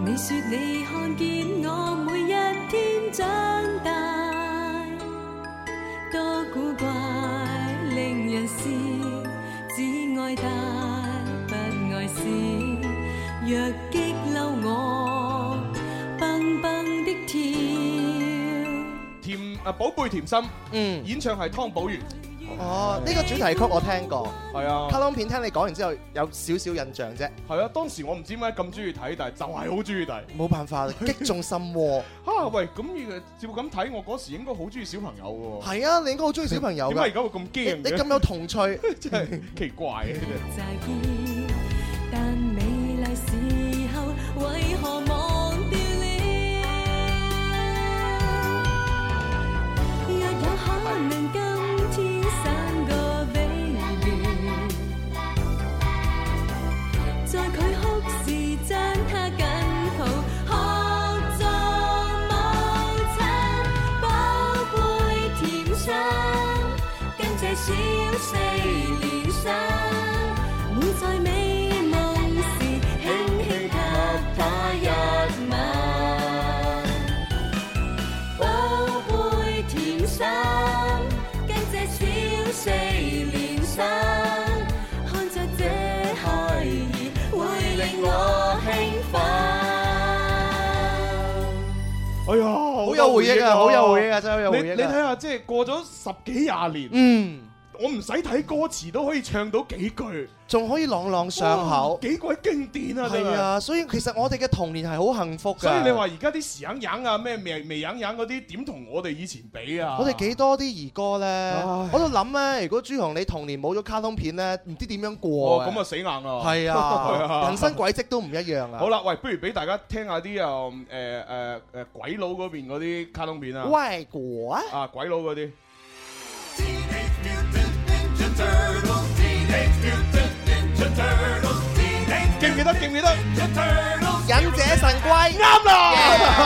你说你看見我每一天長大，多古怪，令人笑，只愛大不愛小。若激嬲我，蹦蹦的跳。甜啊，寶貝甜心，嗯，演唱係湯寶如，嗯哦，呢個主題曲我聽過。係啊卡，通片聽你講完之後有少少印象啫，係啊，當時我唔知點解咁中意睇，但係就係好中意睇。冇辦法，擊中心 [laughs] 窩。啊，喂，咁如果照咁睇，我嗰時應該好中意小朋友嘅係啊，你應該好中意小朋友喎，點解而㗎。家會咁你驚你嘅？咁有嗯童趣， [laughs] 真係奇怪嘅真乍見，但美麗時候為何忘掉了？若有可能，今天生個 baby，在佢哭時將他緊抱，學做母親，寶貝甜心。跟這小四年生，會在美夢時輕輕給他一吻。寶貝甜心，跟這小四年生，看着這孩兒會令我興奮。係哎呀，好好有回憶啊，好有回憶啊！啊，真係好有你回你睇憶啊。下，即係過咗十幾廿年，嗯，我唔使睇歌詞都可以唱到幾句，仲可以朗朗上口哇。幾鬼經典啊！真係係。啊，所以其實我哋嘅童年係好幸福㗎。所以你話而家啲時硬硬啊，咩微微硬硬嗰啲，點同我哋以前比啊？我哋幾多啲兒歌咧唉，我喺度諗咧，如果朱紅你童年冇咗卡通片咧，唔知點樣過哦，咁啊死硬啦！係係啊啊，人生軌跡都唔一樣啊。好，啦，喂，不如俾大家聽下啲啊誒誒誒鬼佬嗰邊嗰啲卡通片啊，外國啊，啊鬼佬嗰啲，記唔記得？記唔記得？忍者神龜啱啦，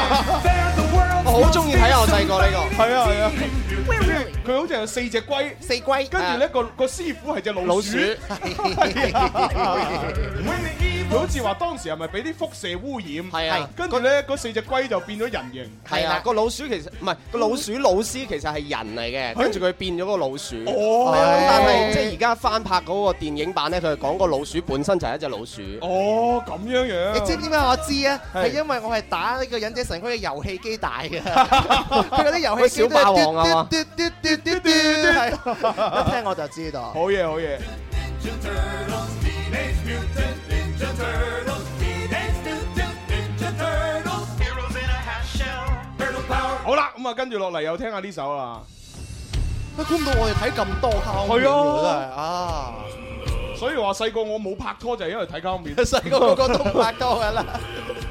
我好中意睇啊！我細個呢個。係啊係啊，佢好似有四隻龜，四龜，跟住咧個個師傅係隻老啊老鼠鼠，係啊 [laughs] 佢好似話當時係咪俾啲輻射污染？係啊跟住咧嗰四隻龜就變咗人形。係係啦啊，個老鼠其實唔係個老鼠老師其實係人嚟嘅，跟住佢變咗個老鼠。哦係啊咁但係即係而家翻拍嗰個電影版咧，佢係講個老鼠本身就係一隻老鼠。哦，咁樣樣。你知唔知點解我知啊？係係因為我係打呢個忍者神龜嘅遊戲機大嘅，佢嗰啲遊戲機都係小霸王啊嘛嘟嘟嘟嘟嘟嘟，係一聽我就知道。好嘢，好嘢。好啦，咁啊，跟住落嚟又聽下呢首啦。估唔到我哋睇咁多卡通片係啊喎，真係啊！所以話細個我冇拍拖就係因為睇卡通片。 [laughs] 細個個個都拍拖噶啦。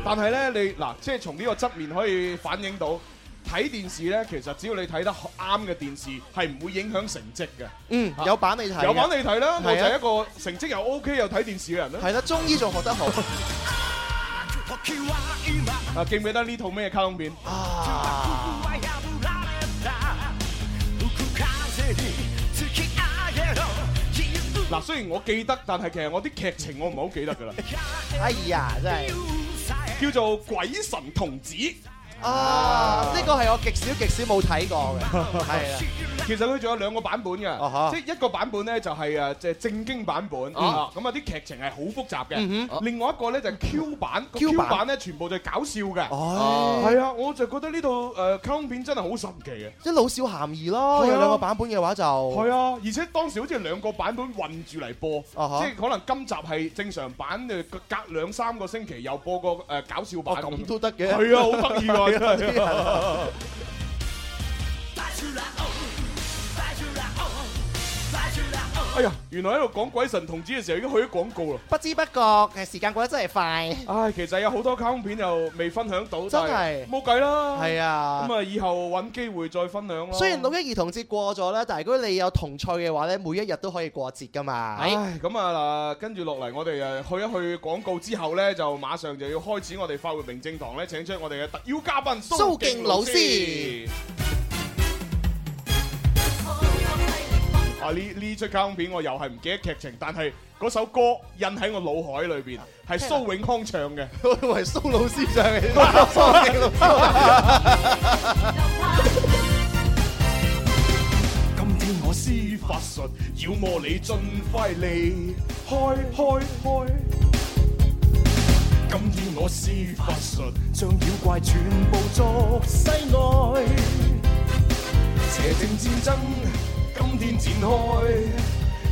但係咧，你嗱，即係從呢個側面可以反映到。睇電視咧，其實只要你睇得啱嘅電視，係唔會影響成績嘅。嗯，有版你睇。有版你睇啦，我就係啊係一個成績又 OK 又睇電視嘅人啦。係啦，中醫仲學 [laughs] 得好啊，記唔記得呢套咩卡通片？啊！嗱，雖然我記得，但係其實我啲劇情我唔係好記得㗎 [laughs] 啦。哎呀，真係叫做鬼神童子，啊！呢個係我極少極少冇睇過嘅，係 [laughs] 啦。其實佢仲有兩個版本嘅啊哈嗯即係一個版本咧就係啊誒即係正經版本啊，咁啊啲劇情係好複雜嘅。另外一個咧就係 Q 版個 Q ，Q 版版咧全部就係搞笑嘅。哦，係啊，我就覺得呢套誒卡通片真係好神奇嘅。即係老少咸宜咯。係啊有兩個版本嘅話就係啊，而且當時好似係兩個版本混住嚟播，啊哈即係可能今集係正常版，誒隔隔兩三個星期又播個誒搞笑哦版。咁都得嘅。係啊，好得意 [laughs] 啊，真係。係啊哎呀，原來喺度講鬼神童子嘅時候已經去咗廣告啦。不知不覺嘅時間過得真係快。唉，其實有好多卡通片又未分享到，真係但係冇計啦。係 [laughs] 啊。咁啊，以後揾機會再分享咯。雖然六一兒童節過咗啦，但係如果你有童趣嘅話咧，每一日都可以過節噶嘛。唉，咁啊嗱，跟住落嚟，我哋誒去一去廣告之後呢，就馬上就要開始我哋快活明正堂呢，請出我哋嘅特邀嘉賓蘇敬老師。啊！呢呢出卡通片我又係唔記得劇情，但係嗰首歌印喺我腦海裏邊，係蘇永康唱 [laughs] 嘅。我以為啊蘇老師上 [laughs] 嚟，蘇敬老師。今天我施法術，妖魔你盡快離開開開。今天我施法術，將妖怪全部捉西外。邪正戰爭今天展開，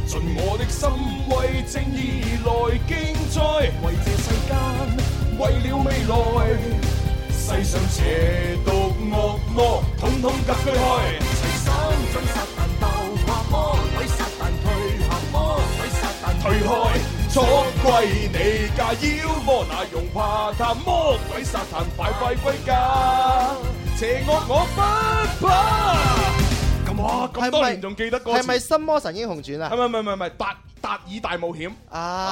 盡我的心為正義來競賽，為這世間，為了未來。世上邪毒惡魔，統統隔佢開。齊心將撒旦鬥下魔，鬼撒旦退下魔，鬼撒旦退開。捉歸你家妖魔，那容怕他魔鬼撒旦快快歸家，邪惡我不怕。咁哇，咁多年仲記得歌詞？係咪《新魔神英雄傳》係啊？咪？唔係唔係唔係，達達爾大冒險。啊！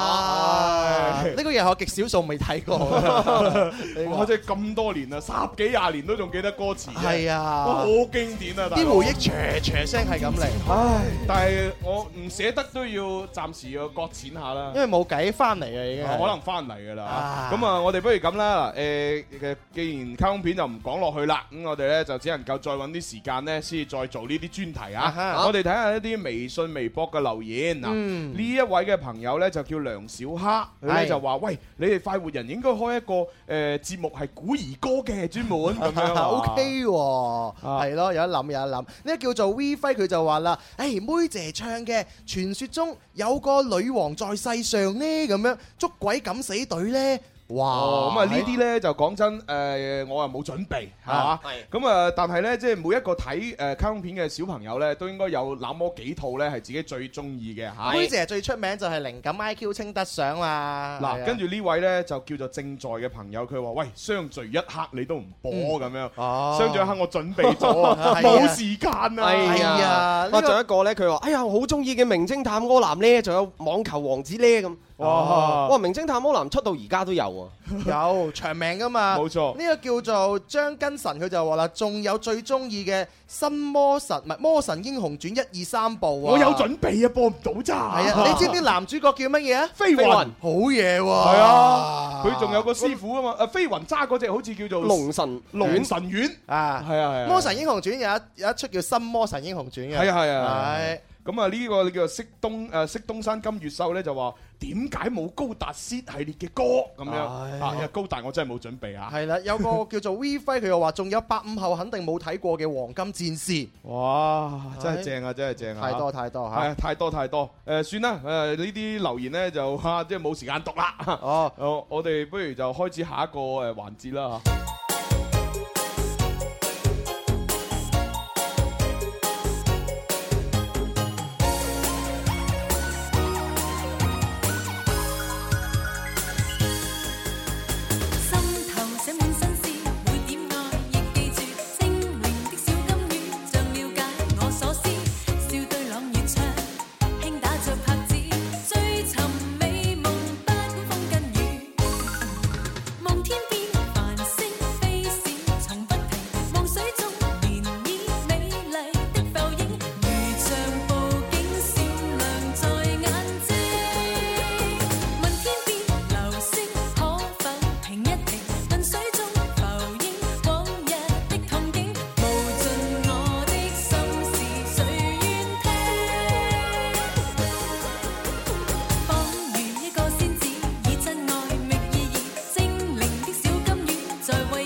唉呢個嘢我極少數未睇 [laughs] 過。呢哇！個即係咁多年啦，十幾廿年都仲記得歌詞。係哇啊好，經典啊！大佬啲回憶唰唰聲係咁嚟，唉，但係我唔捨得都要暫時要割錢下啦因。為冇計翻嚟嘅已經係。可能翻嚟㗎啦啊，咁啊，我哋不如咁啦，誒嘅，既然卡通片就唔講落去啦，咁我哋咧就只能夠再揾啲時間咧，先至再做呢啲專題啊啊。哈我哋睇下一啲微信、微博嘅留言嗱，嗯呢一位嘅朋友咧就叫梁小蝦，佢咧係就話：喂，你哋快活人應該開一個誒節目係古兒歌嘅專門咁 [laughs] 樣啊 O K 喎，啊係咯，有得諗有得諗。呢個叫做 V 輝，佢就話啦：，誒妹姐唱嘅傳說中有個女王在世上呢，咁樣捉鬼敢死隊呢。哦，咁啊哇！呢啲咧就講真，誒我又冇準備，係嘛啊？咁啊，但係咧，即係每一個睇誒卡通片嘅小朋友咧，都應該有那麼幾套咧係自己最中意嘅嚇。妹姐最出名就係靈感 I Q 稱得上嘛。係嗱，啊跟住呢位咧就叫做正在嘅朋友，佢話：喂，相聚一刻你都唔播咁樣，哦相聚一刻我準備咗， [laughs] 係啊冇時間哎啊！呀呢個哇，仲有一個咧，佢話：哎呀，我好中意嘅名偵探柯南咧，仲有網球王子咧咁。哇哦哇，名偵探柯南出到而家都有啊。 [laughs] 有長命噶嘛。冇錯呢個叫做張根神，佢就話啦：，仲有最中意嘅新魔神，唔係魔神英雄傳一二三部啊。我有。準備啊，播唔到咋。係 [laughs] 啊，你知唔知男主角叫乜嘢啊？飛雲？好嘢喎！係啊，佢仲有個師傅啊嘛，誒飛雲揸嗰只好似叫做龍神龍神丸。啊，係啊係啊魔神英雄傳有一有一出叫《新魔神英雄傳》嘅，係啊係啊係咁啊呢個叫做色東誒色東山金月秀咧就話點解冇高達 C 系列嘅歌咁樣唉啊？因為高達我真係冇準備啊！係啦，有個叫做 V 輝，佢又話仲有八五後肯定冇睇過嘅《黃金戰士》， [laughs] 哇，真係正啊，真係正啊！太多太多係啊嚇。太多太多誒，算啦誒呢啲留言咧就嚇即係冇時間讀啦。哦，我我哋不如就開始下一個誒環節啦嚇。在為